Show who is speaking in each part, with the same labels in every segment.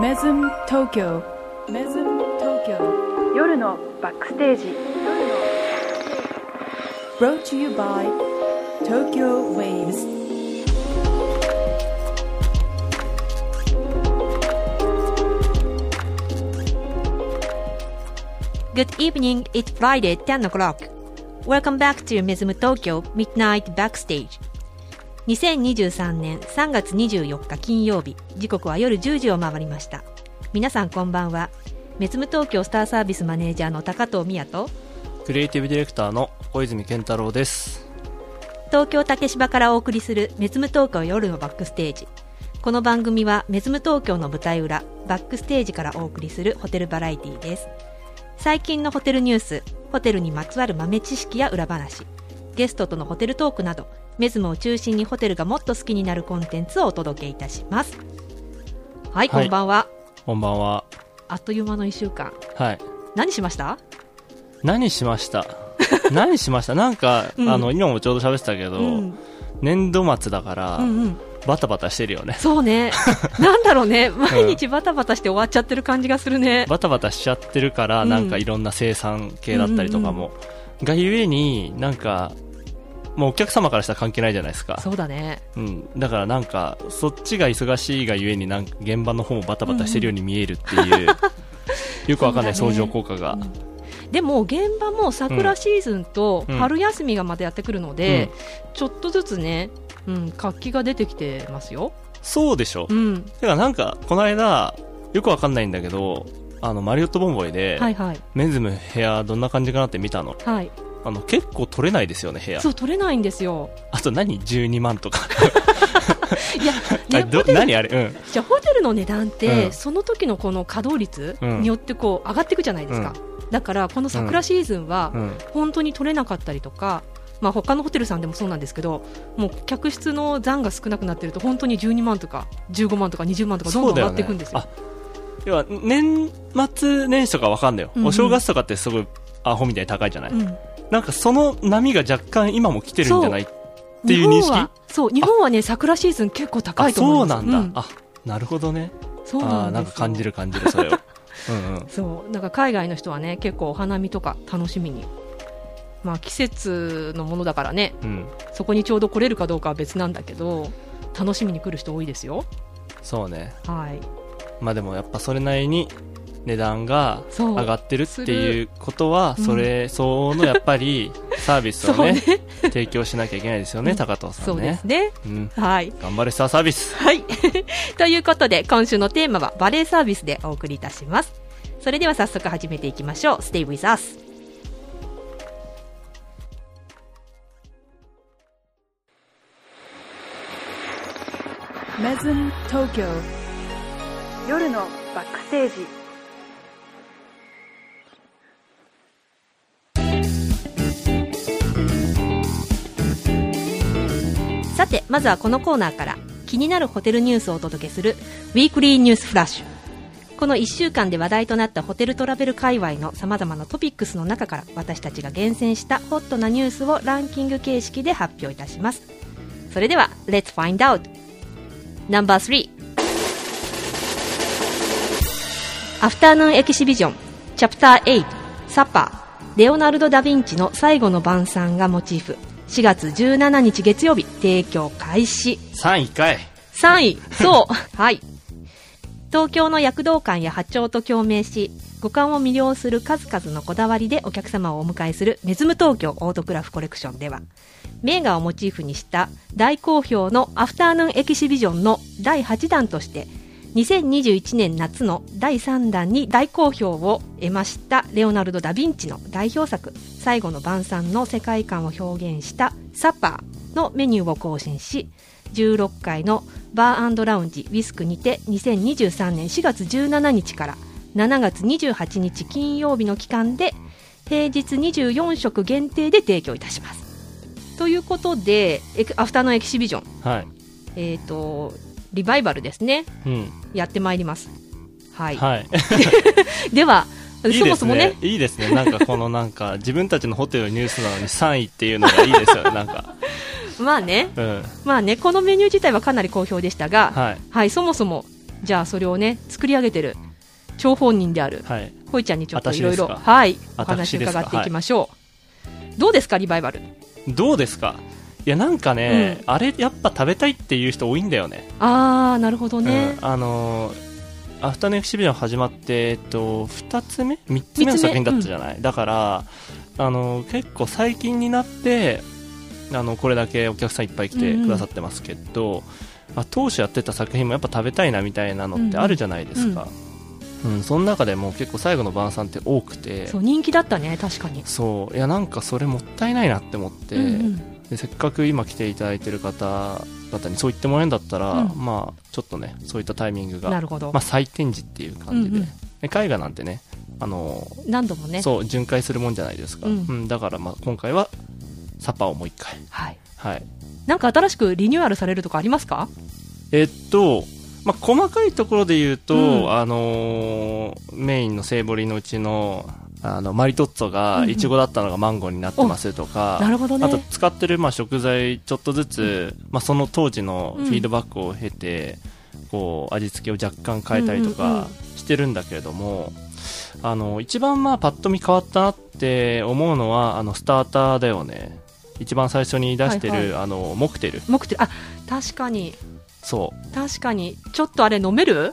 Speaker 1: メズム東京メズム東京夜のバックステージ Brought to you by Tokyo Waves
Speaker 2: Good evening, it's Friday 10 o'clock. Welcome back to Mesm Tokyo Midnight Backstage. 2023年3月24日金曜日、時刻は夜10時を回りました。皆さんこんばんは。メズム東京スターサービスマネージャーの高藤美也と、
Speaker 3: クリエイティブディレクターの小泉健太郎です。
Speaker 2: 東京竹芝からお送りする「メズム東京夜のバックステージ」この番組はメズム東京の舞台裏バックステージからお送りするホテルバラエティです最近のホテルニュースホテルにまつわる豆知識や裏話ゲストとのホテルトークなどメズムを中心にホテルがもっと好きになるコンテンツをお届けいたしますはい、
Speaker 3: はい
Speaker 2: こんばんは
Speaker 3: こんばんは。
Speaker 2: あっという間の1週間
Speaker 3: はい。
Speaker 2: 何しました
Speaker 3: 何しました 何しましたなんか、
Speaker 2: うん
Speaker 3: あの、今もちょうど喋ってたけど、
Speaker 2: うん
Speaker 3: 年度末だから、
Speaker 2: うんうん
Speaker 3: バタバタしてるよね。
Speaker 2: そう ねなんだろうね毎日バタバタして終わっちゃってる感じがするね
Speaker 3: バタバタしちゃってるから、
Speaker 2: うん
Speaker 3: なんかいろんな生産系だったりとかも。がゆえに、なんか、もうお客様からしたら関係ないじゃないですか。
Speaker 2: そうだね
Speaker 3: うん。だからなんか、そっちが忙しいがゆえに、なんか現場の方もバタバタしてるように見えるって いう、よくわかんない
Speaker 2: そうだ
Speaker 3: 相
Speaker 2: ね
Speaker 3: 乗効果が。
Speaker 2: でも現場も桜シーズンと
Speaker 3: うん
Speaker 2: 春休みがまたやってくるので、ちょっとずつね、うん、活気が出てきてますよ。
Speaker 3: そうでしょ
Speaker 2: うん、
Speaker 3: てかなんか、この間、よくわかんないんだけど、あの、マリオットボンボイで、
Speaker 2: はいはい
Speaker 3: メンズム部屋どんな感じかなって見たの。
Speaker 2: はい。
Speaker 3: あの、結構取れないですよね、部屋。
Speaker 2: そう取れないんですよ。
Speaker 3: あと何 ?12 万とか。
Speaker 2: いや、
Speaker 3: あ
Speaker 2: ね、
Speaker 3: ど
Speaker 2: ホテル
Speaker 3: 何あれうん。
Speaker 2: じゃあホテルの値段って、
Speaker 3: うん
Speaker 2: その時のこの稼働率
Speaker 3: うん
Speaker 2: によってこう上がっていくじゃないですか。だからこの桜シーズンは
Speaker 3: うん。
Speaker 2: 本当に取れなかったりとか。まあ他のホテルさんでもそうなんですけど、もう客室の残が少なくなってると本当に12万とか15万とか20万とかどんどん上がっていくんですよ。
Speaker 3: あ、要は、年末年始とかわかんないよ。
Speaker 2: うんうん
Speaker 3: お正月とかってすごいアホみたいに高いじゃない、
Speaker 2: うん、
Speaker 3: なんかその波が若干今も来てるんじゃないっていう認
Speaker 2: 日
Speaker 3: 識
Speaker 2: 本はそう日本はね桜シーズン結構高
Speaker 3: あ、
Speaker 2: いと思
Speaker 3: そ
Speaker 2: いうます
Speaker 3: なんだ。
Speaker 2: うん
Speaker 3: あ、なるほどね。
Speaker 2: そう
Speaker 3: あ
Speaker 2: な
Speaker 3: ー
Speaker 2: ん
Speaker 3: な
Speaker 2: で
Speaker 3: ん
Speaker 2: す
Speaker 3: か
Speaker 2: よ
Speaker 3: 感じる感じる、それを。うんうん。
Speaker 2: そうなんか海外の人はね結構お花見とか楽しみにまあ季節のものだからね
Speaker 3: うん。
Speaker 2: そこにちょうど来れるかどうかは別なんだけど楽しみに来る人多いですよ
Speaker 3: そうね。
Speaker 2: はい
Speaker 3: まあでもやっぱそれなりに値段が
Speaker 2: そう
Speaker 3: 上がってるっていうことは
Speaker 2: する
Speaker 3: それ相応のやっ ぱりサービスをね
Speaker 2: そう
Speaker 3: 提供しなきゃいけないですよ
Speaker 2: う
Speaker 3: ね
Speaker 2: ん
Speaker 3: 高藤さ
Speaker 2: そ
Speaker 3: ん
Speaker 2: うで
Speaker 3: ね
Speaker 2: す、ね
Speaker 3: うん、
Speaker 2: はい
Speaker 3: 頑張れスターサービス
Speaker 2: はい ということで今週のテーマはバレエサービスでお送りいたしますそれでは早速始めていきましょう Stay with us
Speaker 1: メズム東京夜のバックステージ
Speaker 2: さてまずはこのコーナーから気になるホテルニュースをお届けするウィークリーニュースフラッシュこの1週間で話題となったホテルトラベル界隈のさまざまなトピックスの中から私たちが厳選したホットなニュースをランキング形式で発表いたしますそれでは Let's find out ナンバー3アフターヌーンエキシビジョンチャプター8サッパーレオナルド・ダ・ヴィンチの最後の晩餐がモチーフ4月17日月曜日提供開始
Speaker 3: 3位かい
Speaker 2: 3位、そう、 はい。東京の躍動感や波長と共鳴し、五感を魅了する数々のこだわりでお客様をお迎えするメズム東京オートクラフコレクションでは、名画をモチーフにした大好評のアフターヌーンエキシビジョンの第8弾として、2021年夏の第3弾に大好評を得ましたレオナルド・ダ・ヴィンチの代表作「最後の晩餐」の世界観を表現した「サッパー」のメニューを更新し16回のバーラウンジウィスクにて2023年4月17日から7月28日金曜日の期間で平日24食限定で提供いたします。ということでエクアフターのエキシビジョン、
Speaker 3: はい、
Speaker 2: えー、とリバイバルですね
Speaker 3: うん
Speaker 2: やってまいります。はい、
Speaker 3: はい、
Speaker 2: では
Speaker 3: いい
Speaker 2: そ
Speaker 3: で
Speaker 2: も
Speaker 3: す
Speaker 2: そもね
Speaker 3: ねいいですねなんかこのなんか自分たちのホテルのニュースなのに3位っていうのがいいで すよねなんか
Speaker 2: まあね
Speaker 3: うん
Speaker 2: まあねこのメニュー自体はかなり好評でしたが、
Speaker 3: はい
Speaker 2: はい、そもそもじゃあそれをね作り上げてる張本人である
Speaker 3: はい
Speaker 2: ほいちゃんにちょっといろいろ
Speaker 3: 私ですか
Speaker 2: はいお話
Speaker 3: 私ですか
Speaker 2: 伺っていきましょう、どうですかリバイバル
Speaker 3: どうですかいやなんかね、あれやっぱ食べたいっていう人多いんだよね
Speaker 2: ああなるほどね、
Speaker 3: うん、あのーアフタヌーンエキシビジョン始まって、えっと、2つ目 ?3 つ目の
Speaker 2: 三つ目
Speaker 3: 作品だったじゃない、だから、あのー結構最近になってあのこれだけお客さんいっぱい来てくださってますけど、まあ、当初やってた作品もやっぱ食べたいなみたいなのってあるじゃないですか、うんその中でも結構最後の晩餐って多くて
Speaker 2: そう人気だったね確かに、
Speaker 3: そういやなんかそれもったいないなって思って、
Speaker 2: うんうん
Speaker 3: でせっかく今来ていただいてる方々にそう言ってもらえるんだったら、
Speaker 2: うん
Speaker 3: まあちょっとねそういったタイミングが
Speaker 2: なるほど、
Speaker 3: まあ、再展示っていう感じで,、
Speaker 2: うんうん
Speaker 3: で絵画なんてねあのー
Speaker 2: 何度もね
Speaker 3: そう巡回するもんじゃないですか、
Speaker 2: う
Speaker 3: うんんだからまあ今回はサパをもう一回
Speaker 2: はい、
Speaker 3: はい
Speaker 2: なんか新しくリニューアルされるとかありますか
Speaker 3: えっと、まあ、細かいところで言うと、
Speaker 2: うん
Speaker 3: あのーメインのセーボリーのうちのあのマリトッツォが
Speaker 2: うんうん
Speaker 3: イチゴだったのがマンゴーになってますとか、
Speaker 2: なるほどね
Speaker 3: あと使ってるまあ食材ちょっとずつ、まあ、その当時のフィードバックを経て、こう味付けを若干変えたりと
Speaker 2: うんうんうん
Speaker 3: かしてるんだけれども、あの一番まあパッと見変わったなって思うのはあのスターターだよね一番最初に出してる、
Speaker 2: はい
Speaker 3: あのモクテル
Speaker 2: モクテルあ確かに
Speaker 3: そ
Speaker 2: 確かにちょっとあれ飲める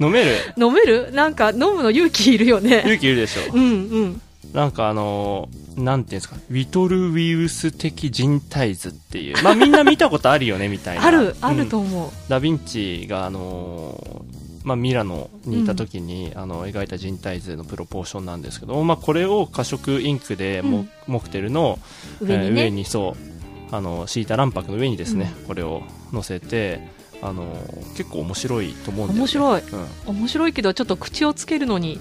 Speaker 3: う飲 める
Speaker 2: 飲めるなんか飲むの勇気いるよね
Speaker 3: 勇気いるで しょ
Speaker 2: うんうん
Speaker 3: なんかあのなんていうんですかウィトルウイルス的人体図っていうまあみんな見たことあるよねみたい な
Speaker 2: あるあ
Speaker 3: う
Speaker 2: る
Speaker 3: ん
Speaker 2: と思う、
Speaker 3: ダ・ヴィンチが、あのーまあ、ミラノにいた時に、あの描いた人体図のプロポーションなんですけど、まあ、これを褐色インクでモ,、
Speaker 2: うん
Speaker 3: モクテルの
Speaker 2: 上
Speaker 3: え
Speaker 2: に
Speaker 3: ー
Speaker 2: ね、
Speaker 3: 上にそうあの敷いた卵白の上にですね、これを乗せて、あのー結構面白いと思うんだよね
Speaker 2: 面白い
Speaker 3: うん
Speaker 2: 面白いけどちょっと口をつけるのに、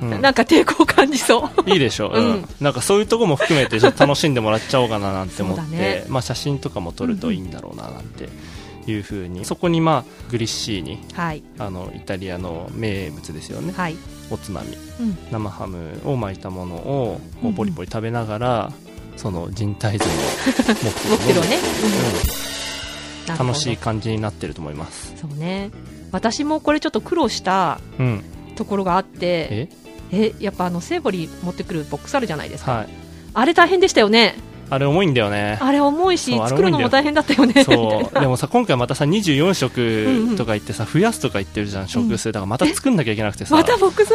Speaker 3: うん
Speaker 2: なんか抵抗感じそう
Speaker 3: いいでしょう、うん
Speaker 2: うん
Speaker 3: なんかそういうとこも含めてちょっと楽しんでもらっちゃおうかななんて思って、
Speaker 2: そうだね
Speaker 3: まあ、写真とかも撮るといいんだろうななんていうふうにそこに、まあ、グリッシーニ
Speaker 2: はい
Speaker 3: あのイタリアの名物ですよね、
Speaker 2: はい、
Speaker 3: おつまみ
Speaker 2: うん、
Speaker 3: 生ハムを巻いたものを
Speaker 2: うんう
Speaker 3: こうんポリポリ食べながら、その人体図を 持
Speaker 2: モ
Speaker 3: っ
Speaker 2: ク
Speaker 3: て
Speaker 2: テル
Speaker 3: るの
Speaker 2: をね、うんなるほ
Speaker 3: うん
Speaker 2: ど
Speaker 3: 楽しい感じになってると思います、
Speaker 2: そうね私もこれちょっと苦労した
Speaker 3: うん、
Speaker 2: ところがあって
Speaker 3: え
Speaker 2: えやっぱあのセーボリー持ってくるボックスあるじゃないですか、
Speaker 3: はい
Speaker 2: あれ大変でしたよね
Speaker 3: あれ重いんだ よね
Speaker 2: あれ重いし
Speaker 3: そうあれ
Speaker 2: 作るのも大変だったよねみ
Speaker 3: そ
Speaker 2: た
Speaker 3: う
Speaker 2: い
Speaker 3: で
Speaker 2: な
Speaker 3: もさ今回またさ24
Speaker 2: んうん
Speaker 3: 食とか言ってさ増やすとか言ってるじゃん食数だからまた作んなきゃいけなくて さ、
Speaker 2: またボックス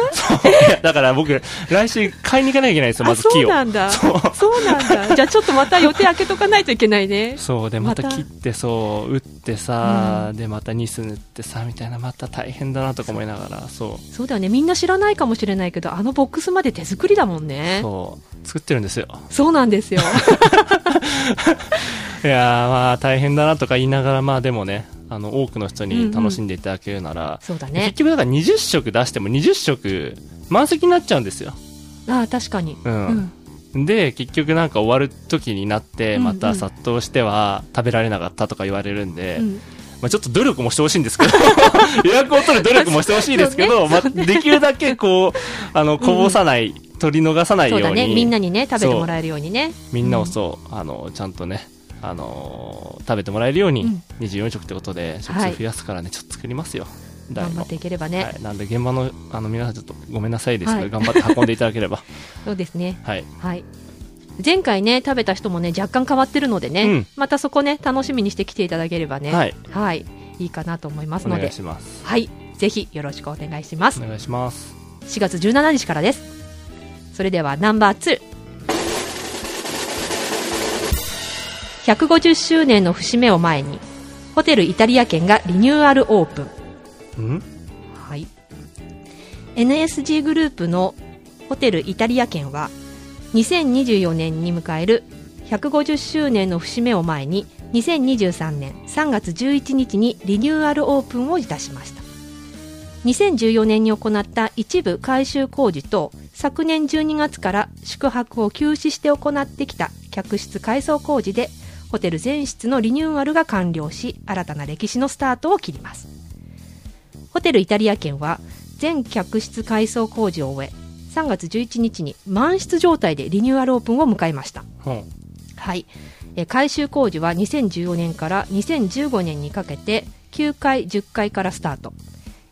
Speaker 3: いやだから僕来週買いに行かなきゃいけないんですよま
Speaker 2: あ
Speaker 3: ず
Speaker 2: そ
Speaker 3: 木
Speaker 2: う
Speaker 3: を
Speaker 2: なんだ
Speaker 3: そ
Speaker 2: そうなん だじゃあちょっとまた予定開けとかないといけないね
Speaker 3: そうでまた
Speaker 2: また
Speaker 3: 切ってそう打ってさ、
Speaker 2: う
Speaker 3: でまたニス塗ってさみたいなまた大変だなとか思いながらそう
Speaker 2: そうだよねみんな知らないかもしれないけどあのボックスまで手作りだもんねそう
Speaker 3: そう作ってるんですよ
Speaker 2: なんです よ
Speaker 3: いやーまあ大変だなとか言いながらまあでもねあの多くの人
Speaker 2: うんうん
Speaker 3: に楽しんでいただけるなら、
Speaker 2: そうだ
Speaker 3: 結
Speaker 2: ね
Speaker 3: 局だから20食出しても20食満席になっちゃうんですよ、
Speaker 2: ああ確かに
Speaker 3: う
Speaker 2: うんん
Speaker 3: で結局なんか終わる時になっ
Speaker 2: うん
Speaker 3: て
Speaker 2: うん
Speaker 3: また殺到しては食べられなかったとか言われるんで、
Speaker 2: うん
Speaker 3: まあ、ちょっと努力もしてほしいんですけ ど予約を取る努力もしてほしいですけど、
Speaker 2: そ
Speaker 3: ま
Speaker 2: うね
Speaker 3: あ、できるだけこうあのこぼさない、取り逃さないよ
Speaker 2: そうう
Speaker 3: に
Speaker 2: だねみんなにね食べてもらえるようにね
Speaker 3: みんなをそう、あのちゃんとね、あのー食べてもらえるように、
Speaker 2: うん
Speaker 3: 24食ってことで食
Speaker 2: はい
Speaker 3: 数増やすからね、ちょっと作りますよ台
Speaker 2: 頑
Speaker 3: も
Speaker 2: 張っていければね、
Speaker 3: はい、なんで現場のあの皆さんちょっとごめんなさいですけど、
Speaker 2: はい
Speaker 3: 頑張って運んでいただければ
Speaker 2: そうですね
Speaker 3: はい
Speaker 2: はい前回ね食べた人もね若干変わってるのでね、
Speaker 3: うん
Speaker 2: またそこね楽しみにして来ていただければ ね
Speaker 3: はい、
Speaker 2: はい、いいかなと思います
Speaker 3: お
Speaker 2: の
Speaker 3: 願い
Speaker 2: で
Speaker 3: します
Speaker 2: はいぜひよろしくお願いします
Speaker 3: お願いします
Speaker 2: 4月17日からですそれではナンバー2150周年の節目を前にホテルイタリア圏がリニューアルオープン、
Speaker 3: ん
Speaker 2: はい、NSG グループのホテルイタリア圏は2024年に迎える150周年の節目を前に2023年3月11日にリニューアルオープンをいたしました2014年に行った一部改修工事と昨年12月から宿泊を休止して行ってきた客室改装工事でホテル全室のリニューアルが完了し新たな歴史のスタートを切りますホテルイタリア圏は全客室改装工事を終え3月11日に満室状態でリニューアルオープンを迎えました
Speaker 3: ほ
Speaker 2: はい、えー改修工事は2014年から2015年にかけて9回10回からスタート、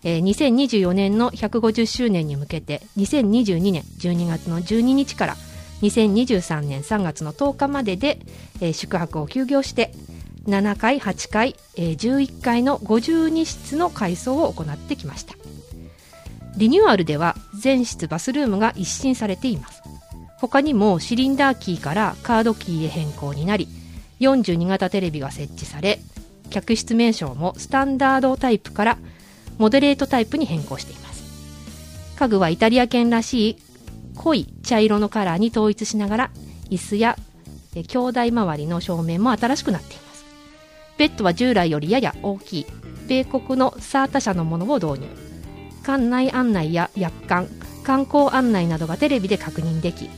Speaker 2: えー2024年の150周年に向けて2022年12月の12日から2023年3月の10日までで、えー宿泊を休業して7回8回、えー11回の52室の改装を行ってきましたリニューアルでは全室バスルームが一新されています他にもシリンダーキーからカードキーへ変更になり42型テレビが設置され客室名称もスタンダードタイプからモデレートタイプに変更しています家具はイタリア圏らしい濃い茶色のカラーに統一しながら椅子やえ兄弟周りの照明も新しくなっていますベッドは従来よりやや大きい米国のサータ社のものを導入館内案内や約款観光案内などがテレビで確認でき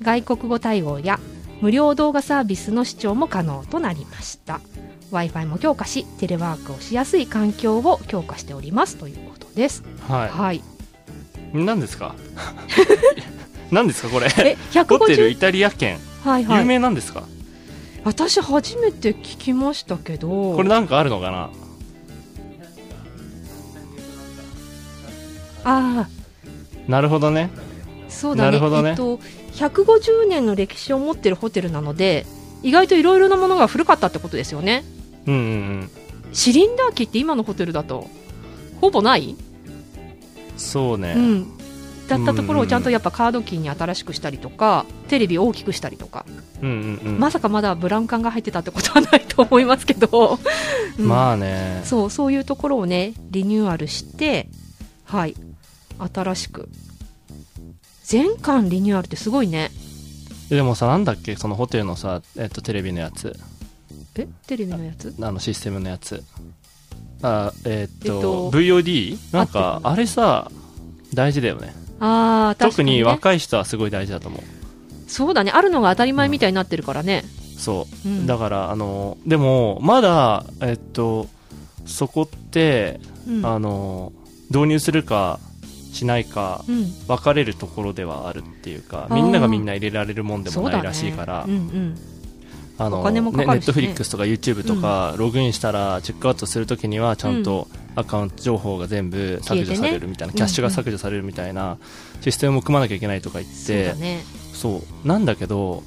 Speaker 2: 外国語対応や無料動画サービスの視聴も可能となりました w i f i も強化しテレワークをしやすい環境を強化しておりますということです
Speaker 3: は
Speaker 2: はい
Speaker 3: い何で すか何ですかこれ
Speaker 2: え
Speaker 3: ホテルイ
Speaker 2: 150
Speaker 3: タリア圏
Speaker 2: はいは
Speaker 3: 有
Speaker 2: い
Speaker 3: 名なんですか、
Speaker 2: 私初めて聞きましたけど
Speaker 3: これなんかあるのかな
Speaker 2: ああ
Speaker 3: なるほどね
Speaker 2: そうだね
Speaker 3: なるほどね
Speaker 2: えっと、150年の歴史を持ってるホテルなので意外といろいろなものが古かったってことですよね
Speaker 3: うんうん
Speaker 2: シリンダー機って今のホテルだとほぼない、
Speaker 3: うんそうね、
Speaker 2: うん、だったところをちゃんとやっぱカードキーに新しくしたりとかテレビを大きくしたりとか、
Speaker 3: うんうんうん
Speaker 2: まさかまだブラウン管が入ってたってことはないと思いますけ ど、うん
Speaker 3: まあね
Speaker 2: そうそういうところをねリニューアルしてはい新しく全館リニューアルってすごいね
Speaker 3: ででもさなんだっけそのホテルのさ、えっと、テレビのやつ
Speaker 2: えテレビのやつ
Speaker 3: あのシステムのやつあえっと
Speaker 2: えっと
Speaker 3: VOD? なん
Speaker 2: 合
Speaker 3: か
Speaker 2: って
Speaker 3: あれさ大事だよね
Speaker 2: ああ確か
Speaker 3: 特
Speaker 2: に,、
Speaker 3: に
Speaker 2: ね、
Speaker 3: 若い人はすごい大事だと思う
Speaker 2: そうだねあるのが当たり前みたいになってるからね、
Speaker 3: そ
Speaker 2: う
Speaker 3: う、
Speaker 2: ん
Speaker 3: だからあのでもまだえっとそこって、
Speaker 2: うん
Speaker 3: あの導入するかしないか
Speaker 2: うん
Speaker 3: 分かれるところではあるっていうか
Speaker 2: あー
Speaker 3: みんながみんな入れられるもんでも
Speaker 2: そう
Speaker 3: な
Speaker 2: だ
Speaker 3: いらしいから、
Speaker 2: ね、うんうん
Speaker 3: あの
Speaker 2: お金もかかるしね
Speaker 3: ネットフリックスとか YouTube とか、ログインしたらチェックアウトするときにはちゃんとアカウント情報が全部削除されるみたい
Speaker 2: 消えて
Speaker 3: な、
Speaker 2: ね
Speaker 3: キャッシュが削除されるみたいなシステムも組まなきゃいけないとか言っ
Speaker 2: そう
Speaker 3: て
Speaker 2: だね
Speaker 3: そうなんだけど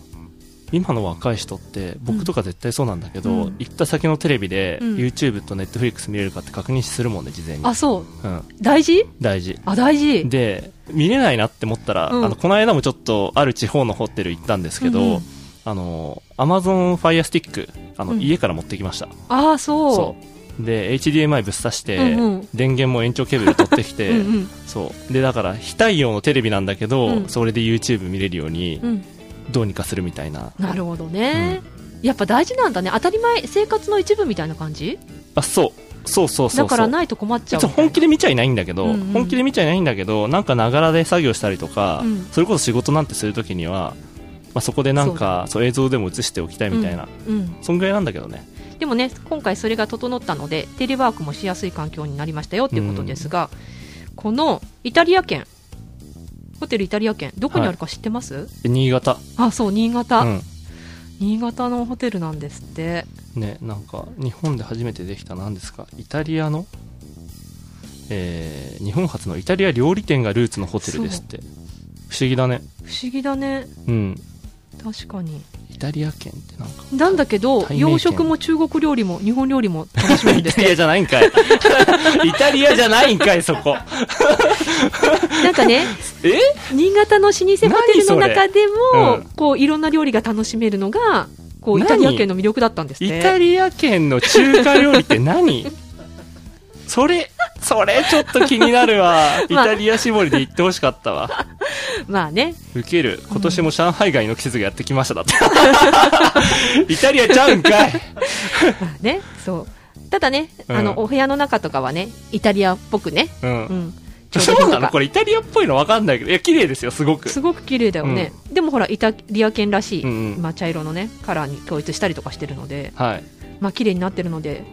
Speaker 3: 今の若い人って僕とか絶対そうなんだけど、
Speaker 2: うん
Speaker 3: 行った先のテレビで、
Speaker 2: うん
Speaker 3: YouTube と Netflix 見れるかって確認するもんね事前に、
Speaker 2: あそう
Speaker 3: うん、
Speaker 2: 大事
Speaker 3: 大事
Speaker 2: あ大事
Speaker 3: で見れないなって思ったら、
Speaker 2: うん
Speaker 3: あのこの間もちょっとある地方のホテル行ったんですけど、
Speaker 2: うんうん
Speaker 3: あの Amazon Fire Stick あの、
Speaker 2: うん
Speaker 3: 家から持ってきました
Speaker 2: ああそう
Speaker 3: そうで HDMI ぶっ刺して、
Speaker 2: うんうん
Speaker 3: 電源も延長ケーブル取ってきて
Speaker 2: うんうん
Speaker 3: そうでだから非対応のテレビなんだけど、
Speaker 2: うん
Speaker 3: それで YouTube 見れるように
Speaker 2: うん
Speaker 3: どうにかするみたいな、
Speaker 2: なるほどね、やっぱ大事なんだね当たり前生活の一部みたいな感じ
Speaker 3: あそうそうそうそうそ
Speaker 2: だ
Speaker 3: う
Speaker 2: からないと困っちゃう
Speaker 3: 別に本気で見ちゃいないんだけど、
Speaker 2: うんうん
Speaker 3: 本気で見ちゃいないんだけどなんかながらで作業したりとか、
Speaker 2: うん
Speaker 3: それこそ仕事なんてするときには、まあ、そこでなんかそう映像でも映しておきたいみたいな、
Speaker 2: うん、
Speaker 3: そんぐらいなんだけどね
Speaker 2: でもね今回それが整ったのでテレワークもしやすい環境になりましたよっていうことですが、このイタリア圏ホテルイタリア圏どこにあるか知ってます、
Speaker 3: で新潟
Speaker 2: あそう新潟、
Speaker 3: うん
Speaker 2: 新潟のホテルなんですって
Speaker 3: ねなんか日本で初めてできた何ですかイタリアのえー日本初のイタリア料理店がルーツのホテルですって不思議だね
Speaker 2: 不思議だね
Speaker 3: うん
Speaker 2: 確かに
Speaker 3: イタリア圏ってな んか
Speaker 2: なんだけど
Speaker 3: 対面圏
Speaker 2: 洋食も中国料理も日本料理も楽しめるん
Speaker 3: イ
Speaker 2: です
Speaker 3: タリアじゃないん かいイタリアじゃないんかいそこ
Speaker 2: なんかね
Speaker 3: え
Speaker 2: 新潟の老舗ホテルの中でも、
Speaker 3: 何それうん
Speaker 2: こういろんな料理が楽しめるのがこうイ
Speaker 3: 何
Speaker 2: タリア圏の魅力だったんですっ
Speaker 3: イ
Speaker 2: て
Speaker 3: タリア圏の中華料理って何それ、それちょっと気になるわ。イ
Speaker 2: まあ
Speaker 3: タリア絞りで行ってほしかったわ。
Speaker 2: まあね
Speaker 3: ウケる。今年も上海街の季節がやってきましただ って。イタリアちゃうんかい。
Speaker 2: まあねそうただね、
Speaker 3: うん
Speaker 2: あのお部屋の中とかはねイタリアっぽくね、
Speaker 3: う。
Speaker 2: うんん、
Speaker 3: そうなのこ
Speaker 2: れ
Speaker 3: れイタリアっぽいのわかんないけど。いや、綺麗ですよ、すごく。
Speaker 2: すごく綺麗だよね、でもほらイタリア圏らしい、
Speaker 3: うんうん
Speaker 2: まあ、茶色のねカラーに統一したりとかしてるので
Speaker 3: はい。
Speaker 2: まあ綺麗になってるので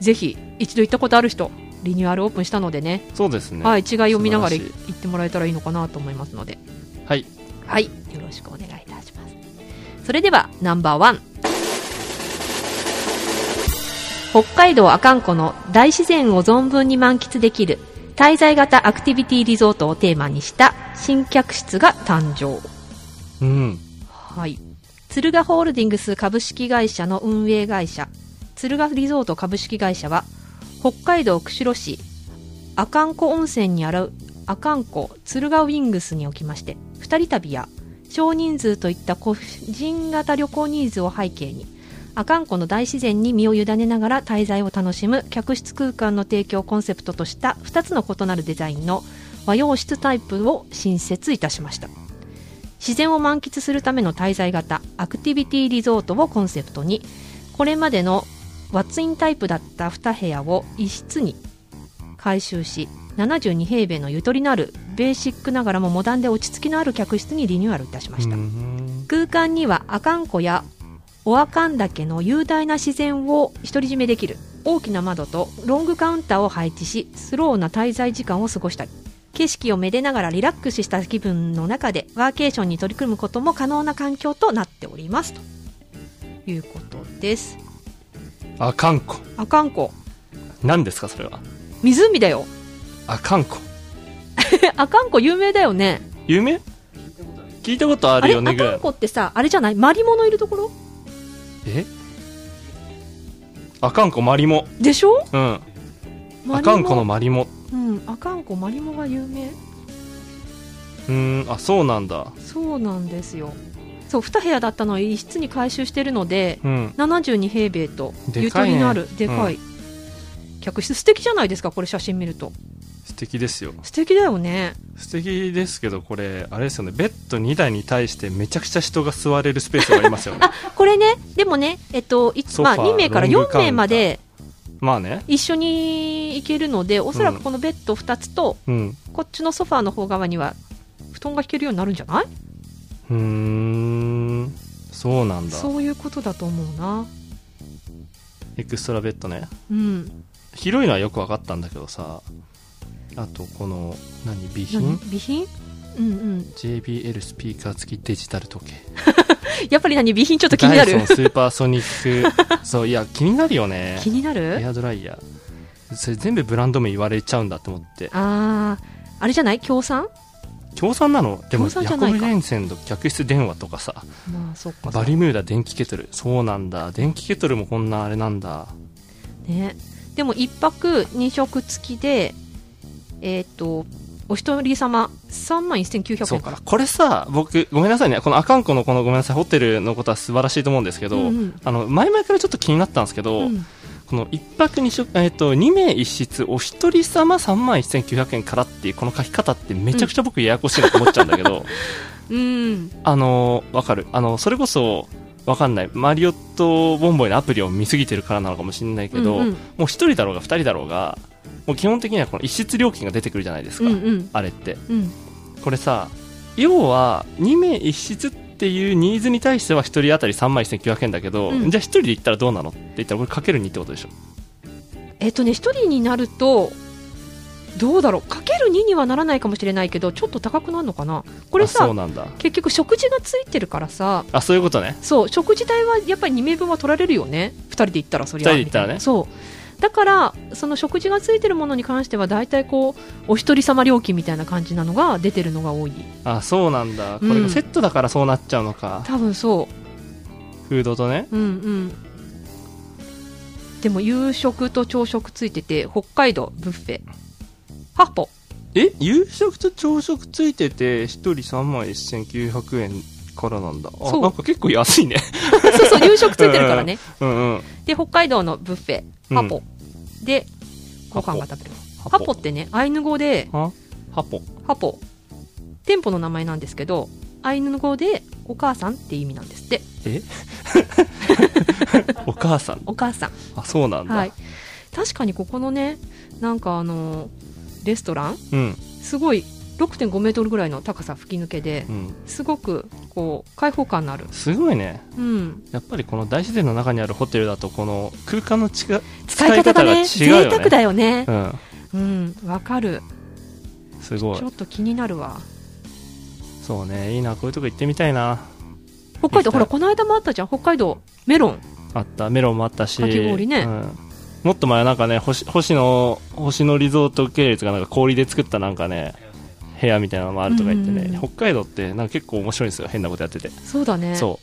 Speaker 2: ぜひ一度行ったことある人リニューアルオープンしたのでね
Speaker 3: そうですね。。
Speaker 2: はいい、違いを見ながら
Speaker 3: 素晴
Speaker 2: 行
Speaker 3: ら
Speaker 2: ってもらえたらいいのかなと思いますので、
Speaker 3: はい。
Speaker 2: はい、よろしくお願いいたします。それではナンバーワン。北海道阿寒湖の大自然を存分に満喫できる滞在型アクティビティリゾートをテーマにした新客室が誕生。
Speaker 3: うん。
Speaker 2: はい。鶴ヶホールディングス株式会社の運営会社、鶴ヶリゾート株式会社は、北海道釧路市、阿寒湖温泉にある阿寒湖鶴ヶウィングスにおきまして、二人旅や少人数といった個人型旅行ニーズを背景に、阿寒湖の大自然に身を委ねながら滞在を楽しむ客室空間の提供をコンセプトとした2つの異なるデザインの和洋室タイプを新設いたしました。自然を満喫するための滞在型アクティビティリゾートをコンセプトにこれまでのワッツインタイプだった2部屋を一室に改修し72平米のゆとりのあるベーシックながらもモダンで落ち着きのある客室にリニューアルいたしました、
Speaker 3: うん
Speaker 2: 空間には阿寒湖やオアカン岳の雄大な自然を独り占めできる大きな窓とロングカウンターを配置しスローな滞在時間を過ごしたり景色をめでながらリラックスした気分の中でワーケーションに取り組むことも可能な環境となっておりますということです
Speaker 3: 阿寒湖。
Speaker 2: 阿寒湖
Speaker 3: 何ですか、それは。
Speaker 2: 湖だよ
Speaker 3: 阿寒湖。
Speaker 2: 阿寒湖有名だよね
Speaker 3: 有名聞いたことあ
Speaker 2: あ
Speaker 3: る
Speaker 2: れ
Speaker 3: よ
Speaker 2: 阿
Speaker 3: ね、ぐら
Speaker 2: 寒
Speaker 3: い。
Speaker 2: 湖ってさあれじゃないマリモのいるところ
Speaker 3: え阿寒湖マリモ。
Speaker 2: でしょ
Speaker 3: うん。
Speaker 2: マ
Speaker 3: 阿
Speaker 2: リモ
Speaker 3: 寒湖のマリモ。
Speaker 2: うん阿寒湖マリモが有名
Speaker 3: うーん、あ、そうなんだ。
Speaker 2: そうなんですよそう2部屋だったのを一室に改修してるので
Speaker 3: うん。
Speaker 2: 72平米とゆ
Speaker 3: で
Speaker 2: と
Speaker 3: かいね
Speaker 2: りのあるでかい客室素敵じゃないですかこれ写真見ると
Speaker 3: 素敵ですよ。
Speaker 2: 素敵だよね
Speaker 3: 素敵ですけど、これ、あれですよね。ベッド2台に対してめちゃくちゃ人が座れるスペースがあります よね。
Speaker 2: これねでもねえっと、い
Speaker 3: ソフ
Speaker 2: まあ、
Speaker 3: ァー
Speaker 2: 2名から
Speaker 3: ロング
Speaker 2: 4
Speaker 3: カウンター
Speaker 2: 名まで
Speaker 3: まあね。
Speaker 2: 一緒に行けるのでおそらくこのベッド2つと、
Speaker 3: うん。
Speaker 2: こっちのソファーの方側には布団が引けるようになるんじゃないう
Speaker 3: ーん。そうなんだ。
Speaker 2: そういうことだと思うな
Speaker 3: エクストラベッドね。
Speaker 2: うん
Speaker 3: 広いのはよく分かったんだけどさあとこの何備
Speaker 2: 何
Speaker 3: 品
Speaker 2: 備品うんうん
Speaker 3: JBL スピーカー付きデジタル時計
Speaker 2: やっぱり何備品ちょっと気にな
Speaker 3: ダ
Speaker 2: る
Speaker 3: イソンスーパーソニ ックそういや気になるよね
Speaker 2: 気になる
Speaker 3: エアドライヤーそれ全部ブランド名言われちゃうんだって思って
Speaker 2: あーあれじゃない協賛
Speaker 3: 協賛なのでも
Speaker 2: 協賛
Speaker 3: ヤ
Speaker 2: じゃ
Speaker 3: コ
Speaker 2: ないか
Speaker 3: ブ・ジェンセンの客室電話とかさ
Speaker 2: まあそっか
Speaker 3: バリミューダ電気ケトルそうなんだ電気ケトルもこんなあれなんだ
Speaker 2: ねでも1泊2食付きでえっ、とお一人様3万1900
Speaker 3: そ
Speaker 2: 円
Speaker 3: うかこれさ僕ごめんなさいねこのアカンコのこのごめんなさいホテルのことは素晴らしいと思うんですけど、
Speaker 2: うんうん
Speaker 3: あの前々からちょっと気になったんですけど、
Speaker 2: うん
Speaker 3: この1泊2食、えっと2名1室お一人様3万1900円からっていうこの書き方ってめちゃくちゃ僕ややこしいなと思っちゃうんだけど、
Speaker 2: うん
Speaker 3: あのわかるあのそれこそわかんないマリオットボンボイのアプリを見すぎてるからなのかもしれないけど、
Speaker 2: うんうん
Speaker 3: もう1人だろうが2人だろうがもう基本的にはこの1室料金が出てくるじゃないです
Speaker 2: う
Speaker 3: か、
Speaker 2: んうん
Speaker 3: あれって
Speaker 2: うん
Speaker 3: これさ要は2名1室っていうニーズに対しては1人当たり3万1900円だけど、
Speaker 2: うん
Speaker 3: じゃあ1人で行ったらどうなのって言ったらこれかける2ってことでしょ
Speaker 2: えっ、とね1人になるとどうだろうかける2にはならないかもしれないけどちょっと高くなるのかなこれ
Speaker 3: あそ
Speaker 2: さ
Speaker 3: うなんだ
Speaker 2: 結局食事がついてるからさ
Speaker 3: あそういうことね
Speaker 2: そう食事代はやっぱり2名分は取られるよね2人で行ったらそりゃ
Speaker 3: 二人で行ったらね
Speaker 2: みいなそうだからその食事がついてるものに関しては大体こうお一人様料金みたいな感じなのが出てるのが多い
Speaker 3: あそうなんだこ
Speaker 2: う
Speaker 3: れ
Speaker 2: ん
Speaker 3: がセットだからそうなっちゃうのか、
Speaker 2: 多分そ
Speaker 3: フードとね
Speaker 2: ううんうんでも夕食と朝食ついてて北海道ブッフェ八歩
Speaker 3: え夕食と朝食ついてて1人3万1900円からなんだあ
Speaker 2: そう
Speaker 3: なんか結構 安いね
Speaker 2: そうそう夕食ついてるからね
Speaker 3: うんうん
Speaker 2: で北海道のブッフェ八歩、でご
Speaker 3: ハポ
Speaker 2: 飯が食べる
Speaker 3: ハ
Speaker 2: 八歩ってねアイヌ語で
Speaker 3: はハポ
Speaker 2: ハポ店舗の名前なんですけどアイヌ語でお母さんって意味なんですって
Speaker 3: お母さん
Speaker 2: お母さん
Speaker 3: あそうなんだ、
Speaker 2: はい確かにここのねなんかあのレストラン
Speaker 3: うん
Speaker 2: すごい6.5メートルぐらいの高さ吹き抜けで
Speaker 3: うん
Speaker 2: すごくこう開放感のある
Speaker 3: すごいね
Speaker 2: うん
Speaker 3: やっぱりこの大自然の中にあるホテルだとこの空間の違う
Speaker 2: 使い方がね
Speaker 3: 使い方が違うよね
Speaker 2: 贅沢だよね
Speaker 3: うん
Speaker 2: うんわかる
Speaker 3: すごい
Speaker 2: ちょっと気になるわ
Speaker 3: そうねいいなこういうとこ行ってみたいな
Speaker 2: 北海道
Speaker 3: 行きたい
Speaker 2: ほらこの間もあったじゃん北海道メロン
Speaker 3: あったメロンもあったし
Speaker 2: かき氷ね
Speaker 3: うんもっと前はなんかね星星野星野リゾート系列がなんか氷で作ったなんかね部屋みたいなのもあるとか言ってね、
Speaker 2: うんうん
Speaker 3: 北海道ってなんか結構面白いんですよ変なことやってて、
Speaker 2: そうだね
Speaker 3: そ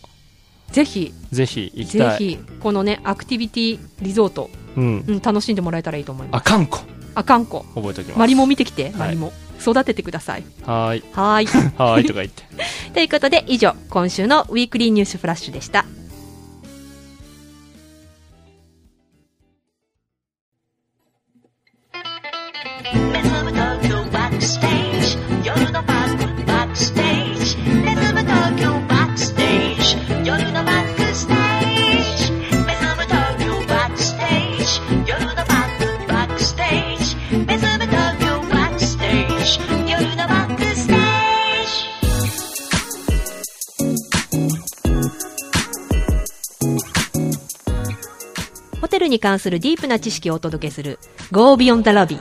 Speaker 2: ぜひ
Speaker 3: うぜひ行き
Speaker 2: ぜ
Speaker 3: たい
Speaker 2: ひこのねアクティビティリゾート、
Speaker 3: うん
Speaker 2: うん、楽しんでもらえたらいいと思いま
Speaker 3: あ
Speaker 2: す
Speaker 3: かんこ
Speaker 2: あかんこ
Speaker 3: 覚えておきます
Speaker 2: マリモ見てきてマ
Speaker 3: はい
Speaker 2: リモ、育ててください
Speaker 3: はーい
Speaker 2: はーい
Speaker 3: はーいとか言って
Speaker 2: ということで以上今週のウィークリーニュースフラッシュでしたホテルに関するディープな知識をお届けする Go Beyond the Lobby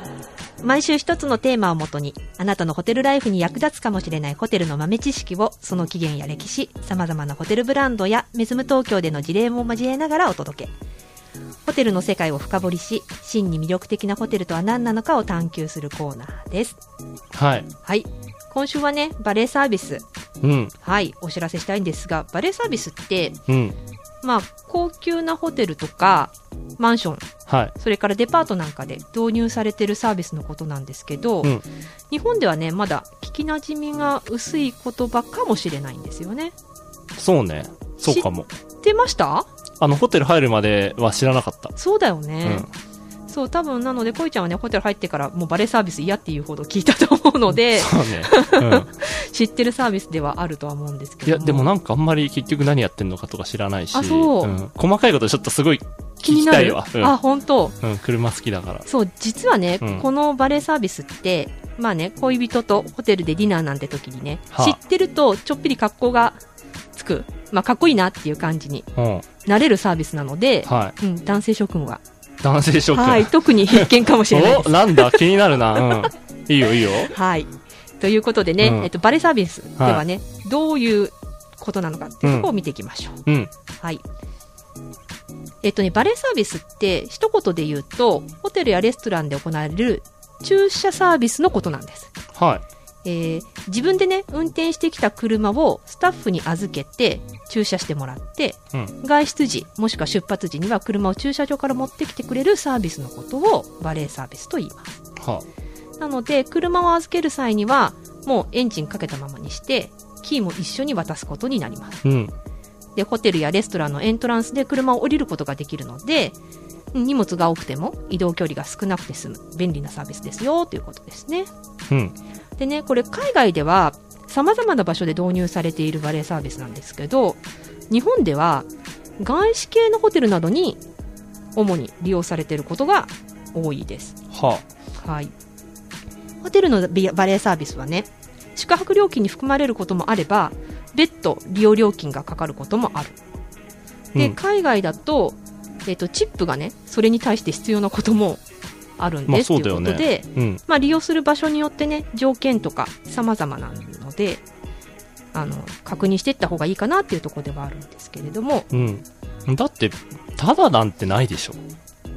Speaker 2: 毎週一つのテーマをもとにあなたのホテルライフに役立つかもしれないホテルの豆知識をその起源や歴史様々なホテルブランドやメズム東京での事例も交えながらお届けホテルの世界を深掘りし真に魅力的なホテルとは何なのかを探求するコーナーです
Speaker 3: はい
Speaker 2: はい今週はねバレーサービス
Speaker 3: うん
Speaker 2: はいお知らせしたいんですがバレーサービスって
Speaker 3: うん
Speaker 2: まあ高級なホテルとかマンション
Speaker 3: はい
Speaker 2: それからデパートなんかで導入されてるサービスのことなんですけど、
Speaker 3: うん
Speaker 2: 日本ではねまだ聞きなじみが薄い言葉かもしれないんですよね
Speaker 3: そうねそうかも
Speaker 2: 出ました
Speaker 3: あのホテル入るまでは知らなかった
Speaker 2: そうだよね、そう多分なのでこいちゃんはねホテル入ってからもうバレーサービス嫌っていうほど聞いたと思うので
Speaker 3: そうね、
Speaker 2: 知ってるサービスではあるとは思うんですけ
Speaker 3: うん、
Speaker 2: ど
Speaker 3: いやでも
Speaker 2: な
Speaker 3: なんかあんまり結局何やってんのかとか知らないし、
Speaker 2: あそうん
Speaker 3: 細かいことちょっとすごい
Speaker 2: 気
Speaker 3: 聞
Speaker 2: に
Speaker 3: き
Speaker 2: な
Speaker 3: たい
Speaker 2: る
Speaker 3: わ、
Speaker 2: あ本当
Speaker 3: うんうん、車好きだから
Speaker 2: そう実はね、
Speaker 3: うん
Speaker 2: このバレーサービスってまあね恋人とホテルでディナーなんて時にね、
Speaker 3: はあ
Speaker 2: 知ってるとちょっぴり格好がつく、まあ、かっこいいなっていう感じに
Speaker 3: うん
Speaker 2: なれるサービスなので、
Speaker 3: は
Speaker 2: うん、男性諸君は、
Speaker 3: い男性諸君
Speaker 2: はい、特に必見かもし れないで
Speaker 3: お
Speaker 2: す。
Speaker 3: なんだ気になるな、うん、いいよいいよ
Speaker 2: はい、ということでね、
Speaker 3: うん
Speaker 2: えっと、バレーサービスではね、どういうことなのかっていうところを見ていきましょう。
Speaker 3: うん
Speaker 2: はいえっとね、バレーサービスって一言で言うとホテルやレストランで行われる駐車サービスのことなんです。
Speaker 3: はい
Speaker 2: えー自分でね運転してきた車をスタッフに預けて駐車してもらって、
Speaker 3: うん
Speaker 2: 外出時もしくは出発時には車を駐車場から持ってきてくれるサービスのことをバレーサービスと言います
Speaker 3: は
Speaker 2: なので車を預ける際にはもうエンジンかけたままにしてキーも一緒に渡すことになります
Speaker 3: うん
Speaker 2: でホテルやレストランのエントランスで車を降りることができるのでうん荷物が多くても移動距離が少なくて済む便利なサービスですよということですね
Speaker 3: うん
Speaker 2: でね、これ海外では様々な場所で導入されているバレーサービスなんですけど、日本では外資系のホテルなどに主に利用されていることが多いです。
Speaker 3: は
Speaker 2: はい。ホテルのビバレーサービスはね、宿泊料金に含まれることもあれば、別途利用料金がかかることもある。で、
Speaker 3: うん
Speaker 2: 海外だと、えっと、チップがね、それに対して必要なこともあるん
Speaker 3: まあ
Speaker 2: です、
Speaker 3: そう
Speaker 2: と
Speaker 3: だ
Speaker 2: いうこ
Speaker 3: よね
Speaker 2: とで、
Speaker 3: うん
Speaker 2: まあ、利用する場所によってね条件とか様々なのであの確認していった方がいいかなっていうところではあるんですけれども
Speaker 3: うんだってただなんてないでしょ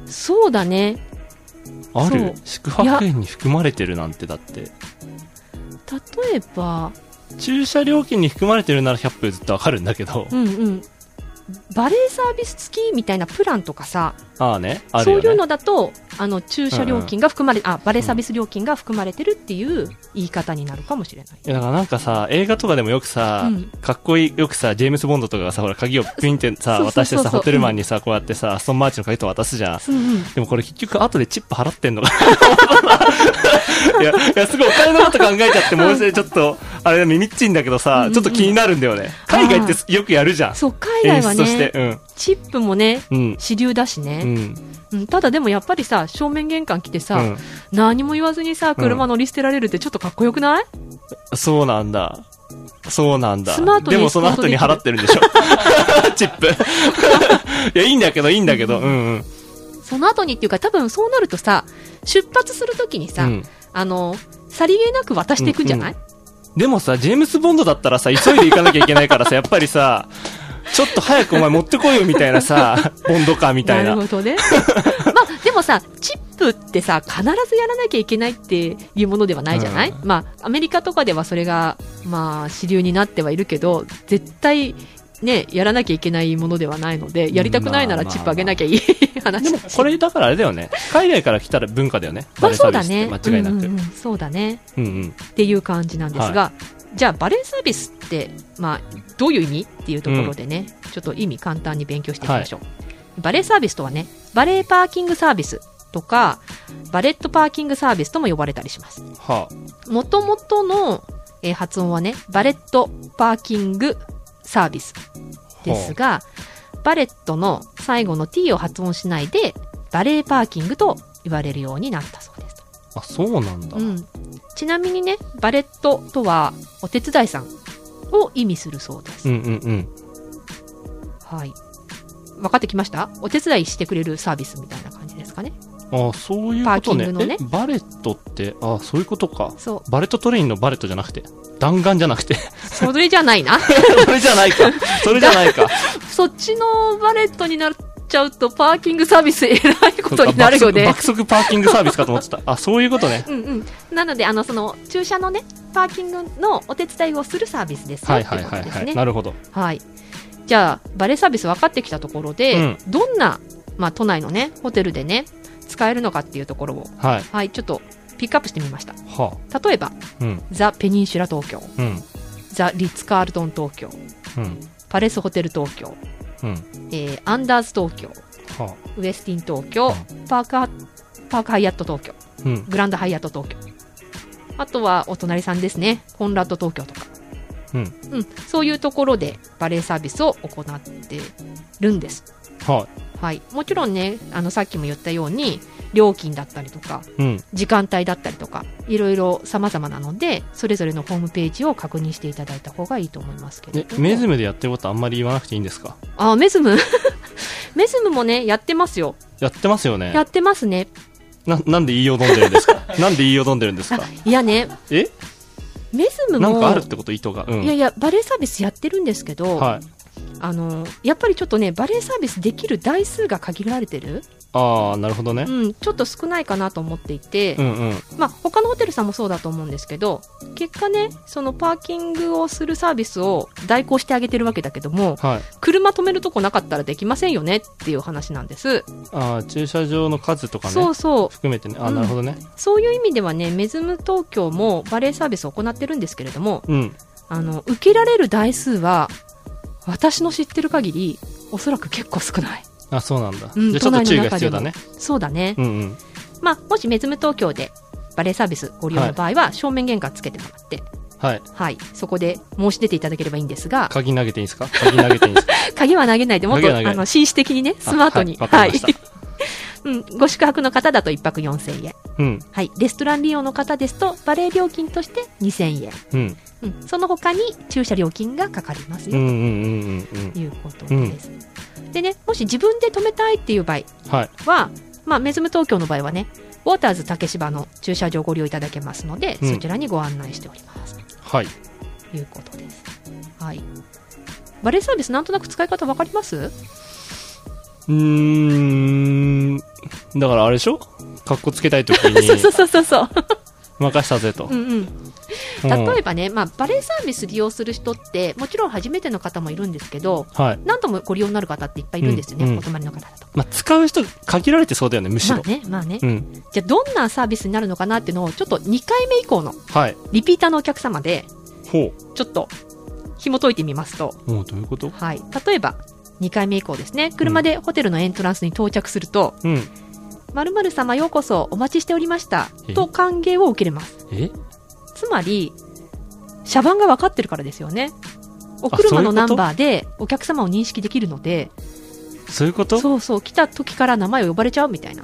Speaker 2: そうだね
Speaker 3: あ
Speaker 2: そ
Speaker 3: る
Speaker 2: う
Speaker 3: 宿泊園に含まれてるなんてだって
Speaker 2: 例えば
Speaker 3: 駐車料金に含まれてるなら100分ずっとわかるんだけど、
Speaker 2: うんうんバレーサービス付きみたいなプランとかさ、
Speaker 3: ああねある
Speaker 2: そう
Speaker 3: よね
Speaker 2: いうのだとあの駐車料金が含まれ、あバレーサービス料金が含まれてるっていう言い方になるかもしれない、
Speaker 3: いやだからなんかさ映画とかでもよく
Speaker 2: う
Speaker 3: さ、
Speaker 2: ん
Speaker 3: かっこいいよくさジェームス・ボンドとかがさほら鍵をピンってさ
Speaker 2: そうそうそう
Speaker 3: 渡して
Speaker 2: そ
Speaker 3: さ
Speaker 2: うそう
Speaker 3: ホテルマンにさこうやってさアストン・マーチンの鍵とか渡すじゃん
Speaker 2: うんうん
Speaker 3: でもこれ結局後でチップ払ってんのかないやいやすごいお金のこと考えちゃってもうちょっとあれ耳っちいんだけどさ、
Speaker 2: うんうん
Speaker 3: ちょっと気になるんだよね海外ってよくやるじゃん
Speaker 2: そう海
Speaker 3: 演
Speaker 2: 外は
Speaker 3: 出として
Speaker 2: ねチップもね
Speaker 3: うんうん
Speaker 2: 主流だし
Speaker 3: う
Speaker 2: ね、
Speaker 3: ん
Speaker 2: うん、ただでもやっぱりさ正面玄関来てさ、
Speaker 3: うん
Speaker 2: 何も言わずにさ、車乗り捨てられるってちょっとかっこよくない、
Speaker 3: そうなんだそうなんだ
Speaker 2: スマートに
Speaker 3: でもその後に払ってる んでしょチップ いやいいんだけどいいんだけどうんうん
Speaker 2: その後にっていうか、多分そうなるとさ、出発するときにさ、
Speaker 3: うん
Speaker 2: あの、さりげなく渡していくんじゃない、
Speaker 3: でもさ、ジェームス・ボンドだったらさ、急いで行かなきゃいけないからさ、やっぱりさ、ちょっと早くお前持ってこいよみたいなさ、ボンドかみたい
Speaker 2: な
Speaker 3: な
Speaker 2: る。ほど ね。まあ、でもさ、チップってさ、必ずやらなきゃいけないっていうものではないじゃない、
Speaker 3: う
Speaker 2: まあ、アメリカとかではそれが、まあ、主流になってはいるけど、絶対、ね、やらなきゃいけないものではないので、やりたくないなら
Speaker 3: まあまあまあ
Speaker 2: チップあげなきゃいい話
Speaker 3: でも
Speaker 2: だし
Speaker 3: これだからあれだよね。海外から来たら文化だよね。
Speaker 2: ま
Speaker 3: バ
Speaker 2: あ、
Speaker 3: レ
Speaker 2: そ
Speaker 3: サ
Speaker 2: うだ
Speaker 3: ービスって
Speaker 2: ね。
Speaker 3: 間違いなく。
Speaker 2: うんう
Speaker 3: うん
Speaker 2: んうんそうだね。
Speaker 3: うん。
Speaker 2: っていう感じなんですが、じゃあバレーサービスって、まあ、どういう意味っていうところでね、ちょっと意味簡単に勉強していきましょう、バレーサービスとはねバレーパーキングサービスとかバレットパーキングサービスとも呼ばれたりします
Speaker 3: は
Speaker 2: もともとの、えー発音はねバレットパーキングサービスですがバレットの最後の t を発音しないでバレーパーキングと言われるようになったそうです
Speaker 3: あ。あ、そうなんだ。
Speaker 2: うん、ちなみにねバレットとはお手伝いさんを意味するそうです、
Speaker 3: うんうんうん。
Speaker 2: はい分かってきましたお手伝いしてくれるサービスみたいな感じですかね
Speaker 3: あそういうこと
Speaker 2: パーキン
Speaker 3: ね。
Speaker 2: グのね
Speaker 3: え、バレットって、あそういうことか。
Speaker 2: そう
Speaker 3: バレットトレインのバレットじゃなくて、弾丸じゃなくて、
Speaker 2: それじゃないな
Speaker 3: それじゃないか。それじゃな いか。
Speaker 2: そっちのバレットになっちゃうとパーキングサービスえらいことになるよ
Speaker 3: そうか
Speaker 2: ね
Speaker 3: 爆速爆速パーキングサービスかと思ってた。あ、そういうこ とね。
Speaker 2: うんうん、なのであのその駐車のねパーキングのお手伝いをするサービスですよ
Speaker 3: はい
Speaker 2: って
Speaker 3: はい
Speaker 2: こと
Speaker 3: はい
Speaker 2: です
Speaker 3: はい。
Speaker 2: ね
Speaker 3: なるほど。
Speaker 2: はい。じゃあ、バレーサービス分かってきたところで、
Speaker 3: うん
Speaker 2: どんな、まあ、都内のね、ホテルでね、使えるのかっていうところを、
Speaker 3: はい。
Speaker 2: はい、ちょっとピックアップしてみました。
Speaker 3: は
Speaker 2: 例えば、
Speaker 3: あ。うん。
Speaker 2: ザ・ペニンシュラ東京、
Speaker 3: うん。
Speaker 2: ザ・リッツ・カールトン東京、
Speaker 3: うん。
Speaker 2: パレスホテル東京、
Speaker 3: うん。
Speaker 2: えーアンダーズ東京、
Speaker 3: は
Speaker 2: ウェスティン東京、パークハパークハイアット東京、
Speaker 3: あ。うん。
Speaker 2: グランドハイアット東京。あとは、お隣さんですね、コンラッド東京とか。
Speaker 3: うん。
Speaker 2: うん、そういうところでバレーサービスを行ってるんです。
Speaker 3: は
Speaker 2: はい、もちろんねあのさっきも言ったように料金だったりとか
Speaker 3: い。うん。
Speaker 2: 時間帯だったりとかいろいろ様々なのでそれぞれのホームページを確認していただいた方がいいと思いますけれ
Speaker 3: え
Speaker 2: ど、も
Speaker 3: メズムでやってることあんまり言わなくていいんですか
Speaker 2: あメズム メズムもねやってますよ
Speaker 3: やってますよ
Speaker 2: や
Speaker 3: ね。
Speaker 2: ってますね
Speaker 3: な、なんで言いよどんでるんです かなんで言いよどんでるんです
Speaker 2: あ
Speaker 3: か
Speaker 2: いやね
Speaker 3: え
Speaker 2: メズム
Speaker 3: な
Speaker 2: も
Speaker 3: んかあるってこと意図が。うん。
Speaker 2: いやいやバレーサービスやってるんですけど、
Speaker 3: はい。
Speaker 2: あのやっぱりちょっとねバレーサービスできる台数が限られてる、
Speaker 3: ああ、なるほどね
Speaker 2: う。ん、ちょっと少ないかなと思っていて、
Speaker 3: うんうん。
Speaker 2: まあ、他のホテルさんもそうだと思うんですけど結果ねそのパーキングをするサービスを代行してあげてるわけだけども
Speaker 3: はい。
Speaker 2: 車止めるとこなかったらできませんよねっていう話なんです、
Speaker 3: ああ、駐車場の数とか
Speaker 2: そ
Speaker 3: ね
Speaker 2: う。そう
Speaker 3: 含めてね。
Speaker 2: う
Speaker 3: あ
Speaker 2: ん
Speaker 3: なるほどね。
Speaker 2: そういう意味ではねメズム東京もバレーサービスを行ってるんですけれども
Speaker 3: うん。
Speaker 2: あの受けられる台数は私の知ってる限りおそらく結構少ない
Speaker 3: あ、そうなんだ。
Speaker 2: うん
Speaker 3: じゃあちょっと注意が必要だね。
Speaker 2: そうだね、
Speaker 3: うんうん。
Speaker 2: まあもしメズム東京でバレーサービスご利用の場合は正面玄関つけてもらって、
Speaker 3: はい。
Speaker 2: はい、そこで申し出ていただければいいんですが
Speaker 3: 鍵投げていいんですか鍵投げていい んですか
Speaker 2: 鍵は投げないでもっ
Speaker 3: 鍵
Speaker 2: と
Speaker 3: は
Speaker 2: あ
Speaker 3: 投げない
Speaker 2: の紳士的にねスマートに
Speaker 3: あはいわかりました。
Speaker 2: うん、ご宿泊の方だと1泊4000円、
Speaker 3: うん。
Speaker 2: はい、レストラン利用の方ですとバレー料金として2000円、
Speaker 3: うん。
Speaker 2: うん、その他に駐車料金がかかります
Speaker 3: うんう
Speaker 2: よ、
Speaker 3: んうんうんうん
Speaker 2: ということです、でねもし自分で止めたいっていう場合
Speaker 3: はい。
Speaker 2: は、まあ、メズム東京の場合はねウォーターズ竹芝の駐車場をご利用いただけますので、
Speaker 3: うん
Speaker 2: そちらにご案内しております
Speaker 3: はい。
Speaker 2: ということです、はい、バレーサービスなんとなく使い方わかります
Speaker 3: うーん。だからあれでしょかっこつけたいとき
Speaker 2: そうそう
Speaker 3: に
Speaker 2: そうそうそう
Speaker 3: 任したぜと
Speaker 2: う。んうん
Speaker 3: うん
Speaker 2: 例えばね、まあ、バレーサービス利用する人ってもちろん初めての方もいるんですけど
Speaker 3: はい。
Speaker 2: 何度もご利用になる方っていっぱいいるんですよね、
Speaker 3: うんうん
Speaker 2: お泊まりの方だと。
Speaker 3: まあ、使う人限られてそうだよね、むし
Speaker 2: ま
Speaker 3: ろ
Speaker 2: あ。ね、まあね。
Speaker 3: うん。
Speaker 2: じゃあ、どんなサービスになるのかなっていうのを、ちょっと2回目以降の
Speaker 3: はい。
Speaker 2: リピーターのお客様で、
Speaker 3: ほ
Speaker 2: ちょっと紐解いてみますと、
Speaker 3: う。もうどういうこと
Speaker 2: はい。例えば、2回目以降ですね、車でホテルのエントランスに到着すると、
Speaker 3: うん。
Speaker 2: 〇〇様ようこそお待ちしておりました
Speaker 3: え
Speaker 2: と歓迎を受けれます。
Speaker 3: え
Speaker 2: つまり、車番が分かってるからですよね。お
Speaker 3: あそう
Speaker 2: 車
Speaker 3: いう
Speaker 2: の
Speaker 3: こと
Speaker 2: ナンバーでお客様を認識できるので、
Speaker 3: そういうこと
Speaker 2: そうそう、来た時から名前を呼ばれちゃうみたいな。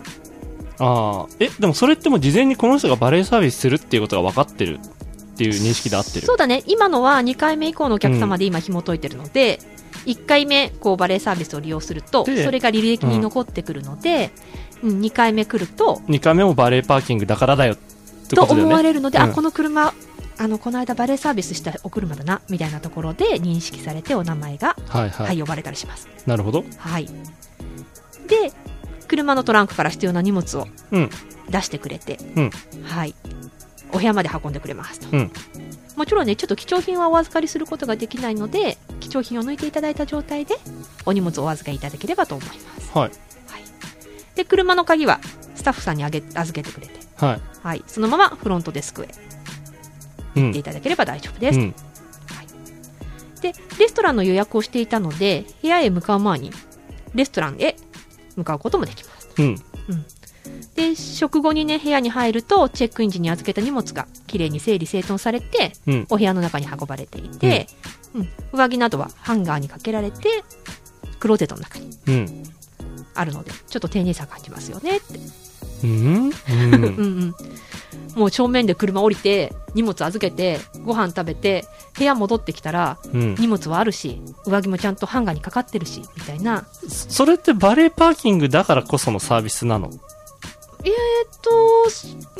Speaker 3: ああ。え、でもそれってもう事前にこの人がバレーサービスするっていうことが分かってるっていう認識で合ってる
Speaker 2: そ。うだね、今のは2回目以降のお客様で今紐解いてるので、1回目、こう、バレーサービスを利用すると、そ
Speaker 3: で
Speaker 2: れが履歴に残ってくるので、うん、2回目来ると、
Speaker 3: 2回目もバレーパーキングだからだよって
Speaker 2: と
Speaker 3: ことだよ
Speaker 2: 思わ
Speaker 3: ね。
Speaker 2: れるので、
Speaker 3: う
Speaker 2: あ、
Speaker 3: ん
Speaker 2: この車、あのこの間バレーサービスしたお車だなみたいなところで認識されてお名前が、
Speaker 3: はいはい、
Speaker 2: はい、呼ばれたりします。
Speaker 3: なるほど
Speaker 2: はい、で車のトランクから必要な荷物を
Speaker 3: うん
Speaker 2: 出してくれて、
Speaker 3: うん
Speaker 2: はい、お部屋まで運んでくれますと、
Speaker 3: うん
Speaker 2: もちろんねちょっと貴重品はお預かりすることができないので貴重品を抜いていただいた状態でお荷物をお預けいただければと思います、
Speaker 3: は
Speaker 2: は
Speaker 3: い
Speaker 2: い、で車の鍵はスタッフさんにあげ預けてくれて、
Speaker 3: はい
Speaker 2: はい、そのままフロントデスクへ行
Speaker 3: う
Speaker 2: ってい
Speaker 3: ん
Speaker 2: ただければ大丈夫で
Speaker 3: う
Speaker 2: す、
Speaker 3: ん
Speaker 2: でレストランの予約をしていたので部屋へ向かう前にレストランへ向かうこともできます
Speaker 3: うん
Speaker 2: で食後にね部屋に入るとチェックイン時に預けた荷物がきれいに整理整頓されて
Speaker 3: うん
Speaker 2: お部屋の中に運ばれていて、うん上着などはハンガーにかけられてクローゼットの中に
Speaker 3: うん
Speaker 2: あるのでちょっと丁寧さ感じますよねって、
Speaker 3: うんう
Speaker 2: うん
Speaker 3: ん
Speaker 2: うん、もう正面で車降りて荷物預けてご飯食べて部屋戻ってきたら
Speaker 3: うん
Speaker 2: 荷物はあるし上着もちゃんとハンガーにかかってるしみたいな
Speaker 3: それってバレーパーキングだからこそのサービスなの
Speaker 2: えっと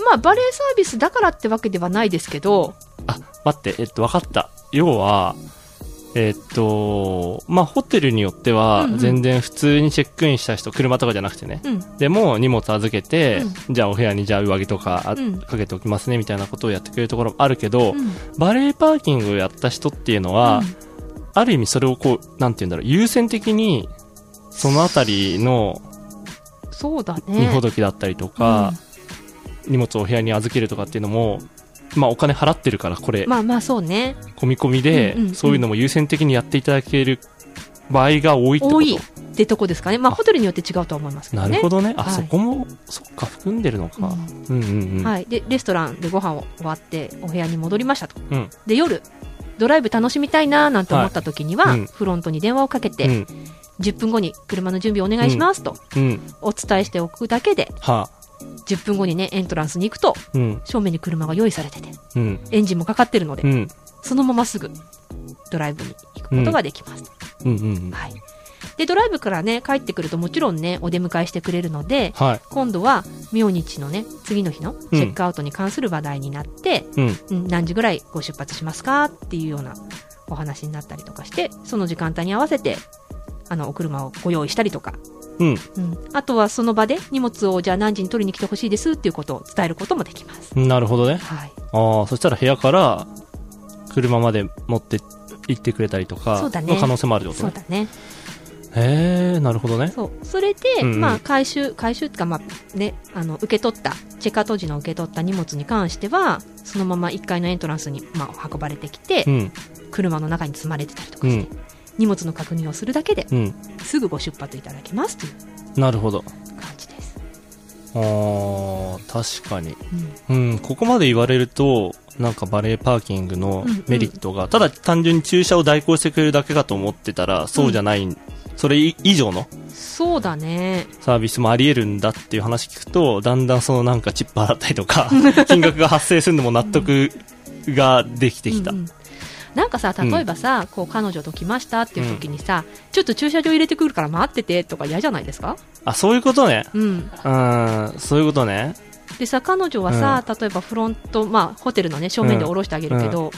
Speaker 2: まあバレエサービスだからってわけではないですけど
Speaker 3: あ、待って、えっと、わかった。要は、えっと、まあ、ホテルによっては
Speaker 2: うんう、ん
Speaker 3: 全然普通にチェックインした人、車とかじゃなくてね。
Speaker 2: うん
Speaker 3: でも、荷物預けて、じゃあお部屋にじゃあ上着とかあ
Speaker 2: うん
Speaker 3: かけておきますね、みたいなことをやってくれるところもあるけど、
Speaker 2: うん
Speaker 3: バレーパーキングをやった人っていうのは、
Speaker 2: うん
Speaker 3: ある意味それをこう、なんて言うんだろう、優先的に、そのあたりの
Speaker 2: そうだね
Speaker 3: 荷ほどきだったりとか、荷物をお部屋に預けるとかっていうのも、まあお金払ってるからこれ
Speaker 2: うんまあまあそうね
Speaker 3: 込み込みで、
Speaker 2: うんうんうん
Speaker 3: そういうのも優先的にやっていただける場合が多いってこと
Speaker 2: 多いってとこですかねまあ
Speaker 3: あ
Speaker 2: ホテルによって違うとは思いますけど
Speaker 3: な
Speaker 2: ね
Speaker 3: るほどねあ、
Speaker 2: はい
Speaker 3: そこもそっか含んでるのか、うん、うんうん
Speaker 2: はい、でレストランでご飯を終わってお部屋に戻りましたと、
Speaker 3: うん
Speaker 2: で夜ドライブ楽しみたいなーなんて思った時には、
Speaker 3: はいうん
Speaker 2: フロントに電話をかけて、
Speaker 3: うん
Speaker 2: 10分後に車の準備お願いしますと
Speaker 3: うん
Speaker 2: お伝えしておくだけで
Speaker 3: はあ
Speaker 2: 10分後にねエントランスに行くと
Speaker 3: うん
Speaker 2: 正面に車が用意されてて
Speaker 3: うん
Speaker 2: エンジンもかかってるので、
Speaker 3: うん
Speaker 2: そのまますぐドライブに行くことができます、
Speaker 3: うんうん
Speaker 2: はい、でドライブからね帰ってくるともちろんねお出迎えしてくれるので
Speaker 3: はい
Speaker 2: 今度は明日のね次の日のチェックアウトに関する話題になって、
Speaker 3: うん
Speaker 2: うん何時ぐらいご出発しますかっていうようなお話になったりとかしてその時間帯に合わせてあのお車をご用意したりとか、
Speaker 3: うん
Speaker 2: うん、あとはその場で荷物をじゃあ何時に取りに来てほしいですっていうことを伝えることもできます。
Speaker 3: なるほどね
Speaker 2: はい、
Speaker 3: ああそしたら部屋から車まで持って行ってくれたりと
Speaker 2: そ
Speaker 3: か
Speaker 2: うだね
Speaker 3: の可能性もあるってこ
Speaker 2: そ
Speaker 3: と
Speaker 2: う
Speaker 3: ね
Speaker 2: だね
Speaker 3: へえなるほどね
Speaker 2: そうそれで、
Speaker 3: うんうん
Speaker 2: まあ、回収回収っていうか、まあね、あの受け取ったチェックアウト時の受け取った荷物に関してはそのまま1階のエントランスに、まあ、運ばれてきて、
Speaker 3: うん
Speaker 2: 車の中に積まれてたりとか
Speaker 3: う
Speaker 2: して、
Speaker 3: ん
Speaker 2: 荷物の確認をするだけで
Speaker 3: うん
Speaker 2: すぐご出発いただけますという
Speaker 3: なるほど
Speaker 2: 感じです、
Speaker 3: あー確かに
Speaker 2: うん
Speaker 3: うん、ここまで言われると、なんかバレーパーキングのメリットが、ただ単純に駐車を代行してくれるだけかと思ってたら、そうじゃない、それ以上の
Speaker 2: そうだね
Speaker 3: サービスもあり得るんだっていう話聞くと、だんだんそのなんかチップ払ったりと か、金額が発生するのも納得ができてきた。
Speaker 2: う
Speaker 3: うん
Speaker 2: うんんなんかさ例えばさ、こう彼女と来ましたっていう時にさ、ちょっと駐車場入れてくるから待っててとか嫌じゃないですか、
Speaker 3: あ、そういうことね。
Speaker 2: うん、
Speaker 3: うん、そういうことね。
Speaker 2: でさ彼女はさ、例えばフロント、まあ、ホテルの、ね、正面で降ろしてあげるけど、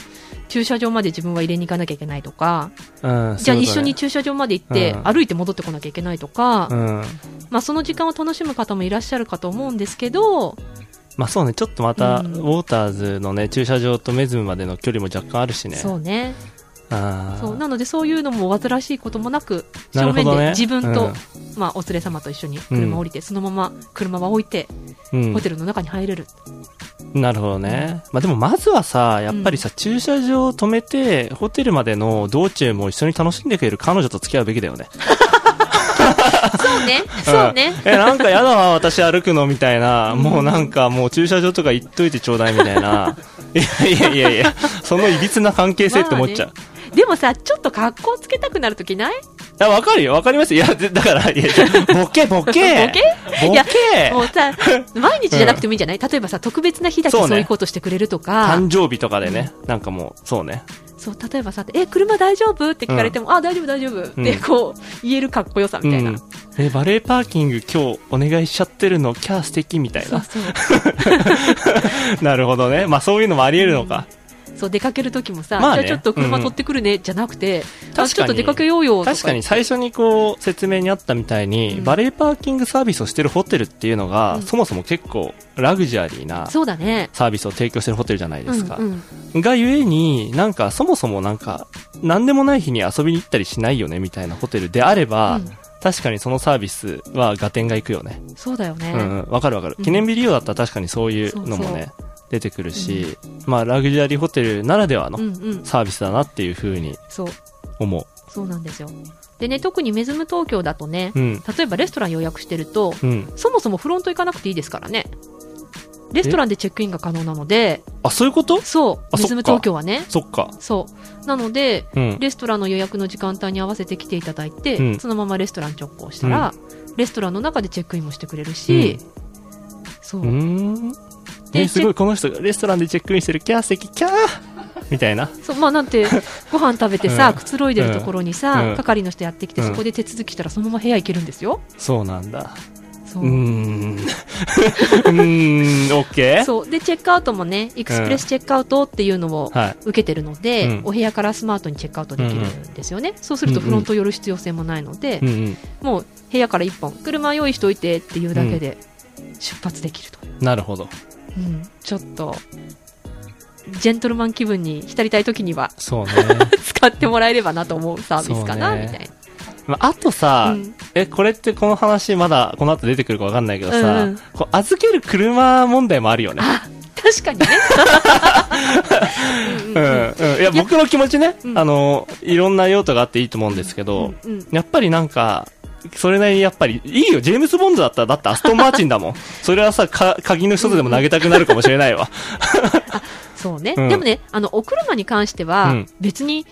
Speaker 2: 駐車場まで自分は入れに行かなきゃいけないとか、
Speaker 3: うん、
Speaker 2: じゃあ一緒に
Speaker 3: そ
Speaker 2: 駐車場まで行って、
Speaker 3: うん
Speaker 2: 歩いて戻ってこなきゃいけないとか、
Speaker 3: ういうことね。うん。
Speaker 2: まあ、その時間を楽しむ方もいらっしゃるかと思うんですけど、
Speaker 3: まあそうね、ちょっとまた、
Speaker 2: う
Speaker 3: ウ
Speaker 2: ん
Speaker 3: ォーターズのね、駐車場とメズムまでの距離も若干あるしね。
Speaker 2: そうね
Speaker 3: あー
Speaker 2: そうなのでそういうのも煩わしいこともなく
Speaker 3: な
Speaker 2: 正
Speaker 3: るほ
Speaker 2: 面
Speaker 3: ど
Speaker 2: で
Speaker 3: ね
Speaker 2: 自分
Speaker 3: う
Speaker 2: と
Speaker 3: ん、
Speaker 2: まあ、お連れ様と一緒に車を降りて、そのまま車は置いて
Speaker 3: うん
Speaker 2: ホテルの中に入れる、
Speaker 3: なるほどね、まあ、でもまずはさやっぱりさ、駐車場を止めてホテルまでの道中も一緒に楽しんでくれる彼女と付き合うべきだよね
Speaker 2: そうねそうね、
Speaker 3: んえなんかやだわ私歩くのみたいなもうなんかもう駐車場とか行っといてちょうだいみたいないやいやいやいやそのいびつな関係性って思っちゃう、
Speaker 2: でもさちょっと格好つけたくなるときない
Speaker 3: いやわかるよわかりますいやでだからいやボケ ボケボ
Speaker 2: ボケいやもう さ、毎日じゃなくてもいいんじゃない、例えばさ、特別な日だけ
Speaker 3: そ
Speaker 2: そう
Speaker 3: ね
Speaker 2: ういうことしてくれるとか、
Speaker 3: 誕生日とかでね、なんかもうそうね
Speaker 2: そう例えばさ、え、車大丈夫って聞かれても、あ、大丈夫、大丈夫って、
Speaker 3: うん
Speaker 2: こう、言えるかっこよさみたいな。
Speaker 3: うん、えバレーパーキング今日お願いしちゃってるのキャー素敵みたい
Speaker 2: そう
Speaker 3: な
Speaker 2: そう。
Speaker 3: なるほどね。まあそういうのもあり得るのか。
Speaker 2: そう出かける時もさ、
Speaker 3: まあね
Speaker 2: じゃあちょっと車
Speaker 3: うんうん
Speaker 2: 取ってくるね、じゃなくて
Speaker 3: 確かに
Speaker 2: あちょっと出かけようよとか
Speaker 3: 確かに最初にこう説明にあったみたいに、
Speaker 2: うん
Speaker 3: バレーパーキングサービスをしてるホテルっていうのが、
Speaker 2: うん
Speaker 3: そもそも結構ラグジュアリーな
Speaker 2: そうだね
Speaker 3: サービスを提供してるホテルじゃないですか、
Speaker 2: うんうん
Speaker 3: がゆえになんかそもそもなんか何でもない日に遊びに行ったりしないよねみたいなホテルであれば、
Speaker 2: うん
Speaker 3: 確かにそのサービスは合点がいくよね
Speaker 2: そうだよね、
Speaker 3: うんうんわかるわかる、
Speaker 2: うん
Speaker 3: 記念日利用だったら確かにそういうのもね出てくるし、まあラグジュアリーホテルならではの
Speaker 2: うんうん
Speaker 3: サービスだなっていうふうに
Speaker 2: そう
Speaker 3: 思う
Speaker 2: そうなんですよでね特にメズム東京だとね、
Speaker 3: うん
Speaker 2: 例えばレストラン予約してると
Speaker 3: うん
Speaker 2: そもそもフロント行かなくていいですからねレストランでチェックインが可能なので
Speaker 3: あそういうこと
Speaker 2: そう
Speaker 3: あ
Speaker 2: メズム
Speaker 3: そっか
Speaker 2: 東京はね
Speaker 3: そっか
Speaker 2: そうなので
Speaker 3: うん
Speaker 2: レストランの予約の時間帯に合わせて来ていただいて、
Speaker 3: うん
Speaker 2: そのままレストラン直行したら、レストランの中でチェックインもしてくれるし、そう、
Speaker 3: うーん
Speaker 2: で
Speaker 3: えすごいこの人がレストランでチェックインしてるキャー席キャー みたいな
Speaker 2: そうまあなん てご飯食べてさ、
Speaker 3: うん
Speaker 2: くつろいでるところにさ、
Speaker 3: うん
Speaker 2: 係の人やってきて、
Speaker 3: うん
Speaker 2: そこで手続きしたらそのまま部屋行けるんですよ
Speaker 3: そうなんだ
Speaker 2: そう,、
Speaker 3: う ーんうーんオッケー
Speaker 2: そうでチェックアウトもねエクスプレスチェックアウトっていうのを
Speaker 3: はい
Speaker 2: 受けてるので、
Speaker 3: うん
Speaker 2: お部屋からスマートにチェックアウトできるんですよね、そうするとフロント寄る必要性もないので、
Speaker 3: うんうん
Speaker 2: もう部屋から1本車用意しといてっていうだけで出発できると
Speaker 3: なるほど
Speaker 2: うん、ちょっと、ジェントルマン気分に浸りたいときには
Speaker 3: そうね、
Speaker 2: 使ってもらえればなと思うサービスかな、
Speaker 3: そうね
Speaker 2: みたい
Speaker 3: まあ、あと
Speaker 2: な。
Speaker 3: さ、
Speaker 2: うん
Speaker 3: えこれってこの話まだこの後出てくるか分かんないけどさ、
Speaker 2: うんうん
Speaker 3: こう預ける車問題もあるよね
Speaker 2: あ、確かにね。
Speaker 3: うんうん、いや僕の気持ちね、
Speaker 2: うん
Speaker 3: あのいろんな用途があっていいと思うんですけど、
Speaker 2: うんうん
Speaker 3: やっぱりなんかそれなりにやっぱりいいよジェームズ・ボンドだったらだってアストン・マーチンだも んそれはさか鍵の外でも投げたくなるかもしれないわ、
Speaker 2: そうね。
Speaker 3: うん
Speaker 2: でもね、あの、お車に関しては、
Speaker 3: うん
Speaker 2: 別に、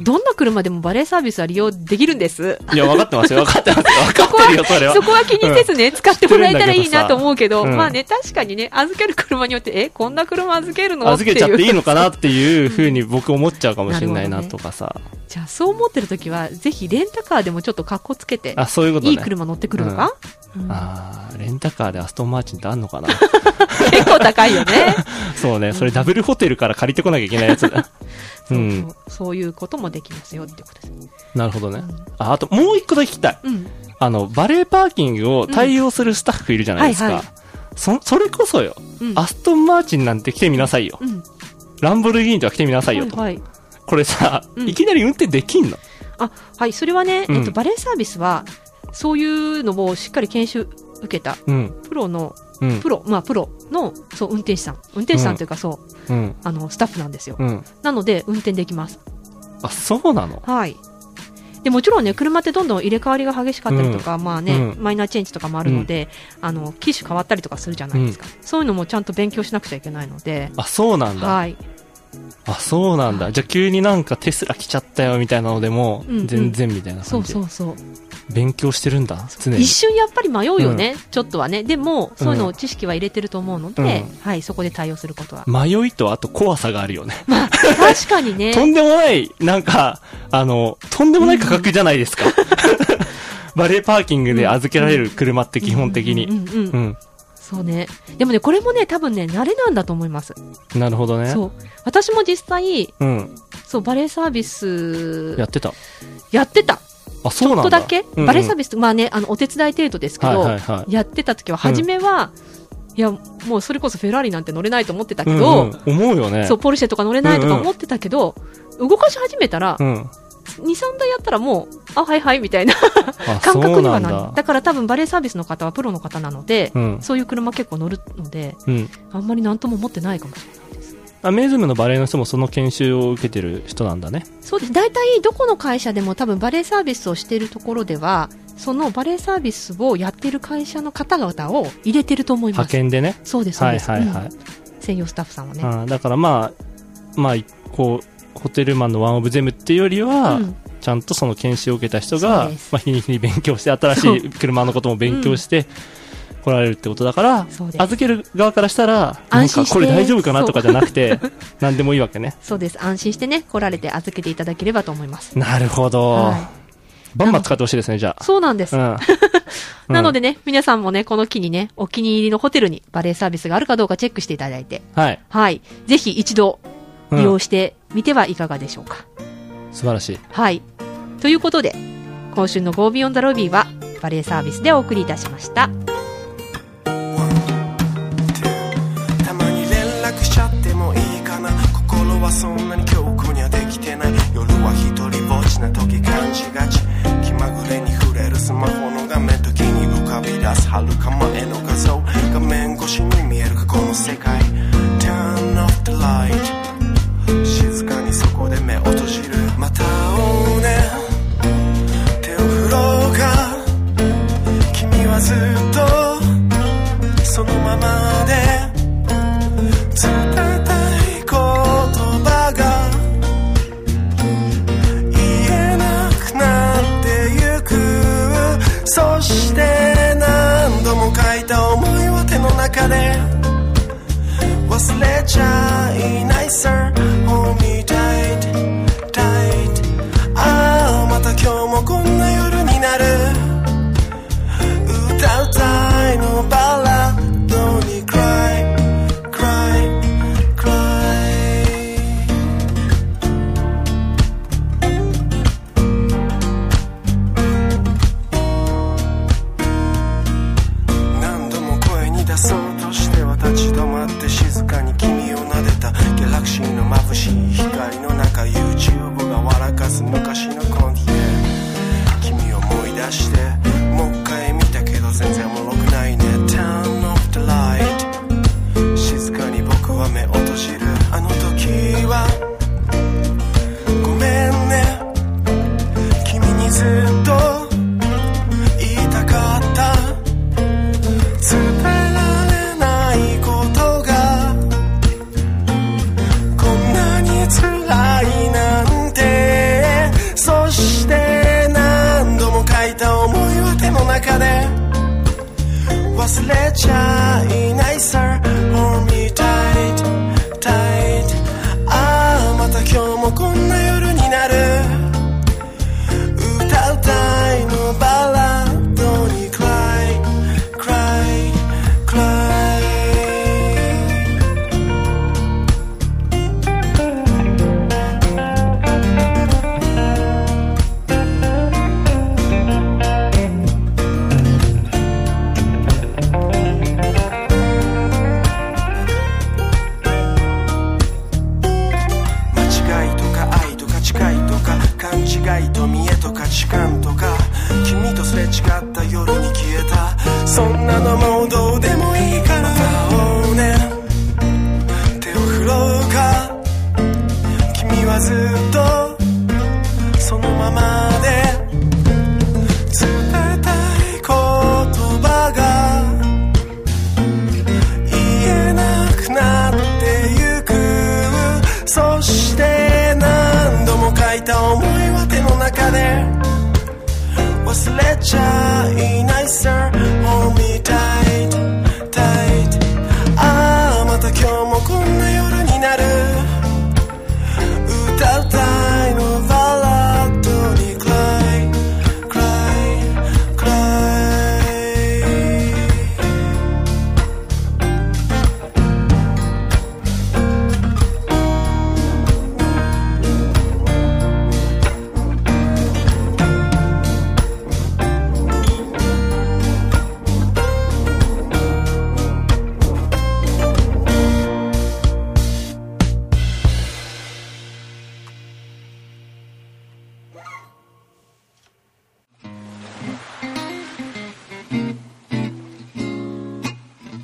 Speaker 2: どんな車でもバレーサービスは利用できるんです。
Speaker 3: いや分かってますよ分かっ てますよ分かってるよそれは
Speaker 2: そこは気にせずね、使ってもらえたらいいなと思うけど、
Speaker 3: 知ってるんだけどさ
Speaker 2: まあね、確かにね、預ける車によって、え、こんな車預けるの
Speaker 3: 預けちゃっていいのかな
Speaker 2: って
Speaker 3: っていうふうに僕思っちゃうかもしれない
Speaker 2: なる
Speaker 3: な
Speaker 2: ほどね
Speaker 3: とかさ、
Speaker 2: いうじゃあ、そう思ってるときは、ぜひレンタカーでもちょっと格好つけて、
Speaker 3: あそういうことね
Speaker 2: いい車乗ってくるのか、うん
Speaker 3: あーレンタカーでアストン・マーチンってあんのかな
Speaker 2: 結構高いよね。
Speaker 3: そうねそれダブルホテルから借りてこなきゃいけないや つだう
Speaker 2: そうんそうそういうこともできますよってことです。
Speaker 3: なるほどねああともう一個だけ聞きたい
Speaker 2: うん、
Speaker 3: あの、バレーパーキングを対応するスタッフいるじゃないですか。
Speaker 2: うんはいは
Speaker 3: そ、それこそよ、
Speaker 2: うん、
Speaker 3: アストンマーチンなんて来てみなさいよ。
Speaker 2: うん、
Speaker 3: ランボルギーニとか来てみなさいよと。
Speaker 2: はいはい、
Speaker 3: これさ、
Speaker 2: うん
Speaker 3: いきなり運転できんの
Speaker 2: あ、はい、それはね、
Speaker 3: うん
Speaker 2: えっと、バレエサービスは、そういうのをしっかり研修受けた、
Speaker 3: うん。
Speaker 2: プロの、
Speaker 3: うん
Speaker 2: プ。ロ、まあ、プロの、そう、運転手さん。運転手さんというか、そう、
Speaker 3: うん。
Speaker 2: あの、スタッフなんですよ。
Speaker 3: うん。
Speaker 2: なので、運転できます。
Speaker 3: あ、そうなの
Speaker 2: はい。でもちろんね、車ってどんどん入れ替わりが激しかったりとか、まあね、
Speaker 3: うん
Speaker 2: マイナーチェンジとかもあるので、あの、機種変わったりとかするじゃないですか。そういうのもちゃんと勉強しなくちゃいけないので、
Speaker 3: あ、そうなんだ。
Speaker 2: はい。
Speaker 3: あ、そうなんだ。じゃあ急になんかテスラ来ちゃったよみたいなのでも、
Speaker 2: うんうん
Speaker 3: 全然みたいな
Speaker 2: そ
Speaker 3: 感
Speaker 2: う
Speaker 3: じ。
Speaker 2: そうそう。
Speaker 3: 勉強してるんだ、常に
Speaker 2: 一。瞬やっぱり迷うよね、ちょっとはね。でも、そういうのを知識は入れてると思うので、
Speaker 3: うん
Speaker 2: はい、そこで対応することは。
Speaker 3: 迷いとあと怖さがあるよね。
Speaker 2: 確かにね。
Speaker 3: とんでもない、なんか、あの、とんでもない価格じゃないですか。バレーパーキングで預けられる車って基本的
Speaker 2: う
Speaker 3: に。
Speaker 2: んうんうん
Speaker 3: うん。
Speaker 2: そうね。でもね、これもね、多分ね、慣れなんだと思います。
Speaker 3: なるほどね。
Speaker 2: そう。私も実際、
Speaker 3: うん。
Speaker 2: そう、バレエサービス
Speaker 3: や、ってた。
Speaker 2: やってた。
Speaker 3: あ、そう
Speaker 2: ちょ
Speaker 3: な
Speaker 2: っ
Speaker 3: ん
Speaker 2: と
Speaker 3: だ。
Speaker 2: だけ、
Speaker 3: うんうん
Speaker 2: バレエサービス、まあね、あの、お手伝い程度ですけど、
Speaker 3: はいはいはい。
Speaker 2: やってた時は、初めは、いや、もうそれこそフェラーリなんて乗れないと思ってたけ
Speaker 3: う
Speaker 2: ど、
Speaker 3: んうん思うよね。
Speaker 2: そう、ポルシェとか乗れないとか思ってたけど、動かし始めたら、
Speaker 3: うん。
Speaker 2: 2、3台やったらもう、あ、はいはい、みたいな
Speaker 3: あ、
Speaker 2: 感
Speaker 3: そ
Speaker 2: 覚
Speaker 3: う
Speaker 2: に
Speaker 3: な
Speaker 2: は
Speaker 3: ん
Speaker 2: なる
Speaker 3: だ
Speaker 2: だ。から多分バレエサービスの方はプロの方なので、
Speaker 3: うん。
Speaker 2: そういう車結構乗るので
Speaker 3: うん。
Speaker 2: あんまり何とも思ってないかもしれない
Speaker 3: アメイズムのバレーの人もその研修を受けてる人なんだね。
Speaker 2: そうです大体どこの会社でも多分バレエサービスをしているところではそのバレエサービスをやってる会社の方々を入れてると思いま
Speaker 3: 派
Speaker 2: す
Speaker 3: 遣でね。
Speaker 2: そうですそう
Speaker 3: はい
Speaker 2: です、
Speaker 3: はいは
Speaker 2: う
Speaker 3: い
Speaker 2: ん。専用スタッフさんはね、
Speaker 3: あーだからまあ、まあ、こう、ホテルマンのワンオブゼムっていうよりは、
Speaker 2: うん
Speaker 3: ちゃんとその研修を受けた人が
Speaker 2: そうです、
Speaker 3: まあ、日に日に勉強して、新しい車のことも勉強して、来られるってことだから、
Speaker 2: そうです
Speaker 3: 預ける側からしたら、なん
Speaker 2: 安心
Speaker 3: か
Speaker 2: して
Speaker 3: これ大丈夫かなとかじゃなくて、 なんでもいいわけね。
Speaker 2: そうです安心してね来られて預けていただければと思います
Speaker 3: なるほど。
Speaker 2: は
Speaker 3: バンバン使ってほしいですね、じゃあ。
Speaker 2: そうなんです、
Speaker 3: うん。
Speaker 2: なのでね皆さんもねこの機にねお気に入りのホテルにバレエサービスがあるかどうかチェックしていただいて
Speaker 3: うん、はい。
Speaker 2: はいぜひ一度
Speaker 3: うん
Speaker 2: 利用してみてはいかがでしょうか。
Speaker 3: 素晴らしい
Speaker 2: はい。ということで、今週の Go Beyond the Lobby はバレエサービスでお送りいたしました。
Speaker 4: たまに連絡しちゃってもいいかな心はそんなに強固にはできてない夜は一人ぼっちな時感じがち気まぐれに触れるスマホの画面時に浮かび出す遥か前の画像画面越しに見える過去の世界 Turn off the light 静かにそこで目を閉じるまた会おうね手を振ろうか君はずっとそのままで伝えたい言葉が言えなくなってゆくそして何度も書いた思いは手の中で忘れちゃいない Sir Hold me tight tight ああまた今日もこんな夜になる歌うたいのバラードに Cry Cry Cry 何度も声に出そうとしては立ち止まって静かに君を撫でたギャラクシーの眩しい光の中 YouTube が笑かす昔のコンテ君を思い出してもう一回見たけど全然もろくないね Turn off the light 静かに僕は目を閉じるあの時はごめんね君にずっと言いたかった伝えられないことがこんなに辛いなんてそして何度も書いた思いは手の中で忘れちゃいない Sir Hold me tight tight ああまた今日もこんな夜になる歌うたいのバラードに Cry Cry Cry 間違いとか愛とか誓いとか勘違いと見えとか痴漢とか君とすれ違った夜に消えたそんなのもうどうでもいいから会おうね手を振ろうか君はずっとそのままで伝えたい言葉が言えなくなってゆくそして何度も書いた思いは手の中で忘れちゃいない Sir Hold me tight tight ああまた今日もこんな夜になる歌うたいのバラードに Cry Cry Cry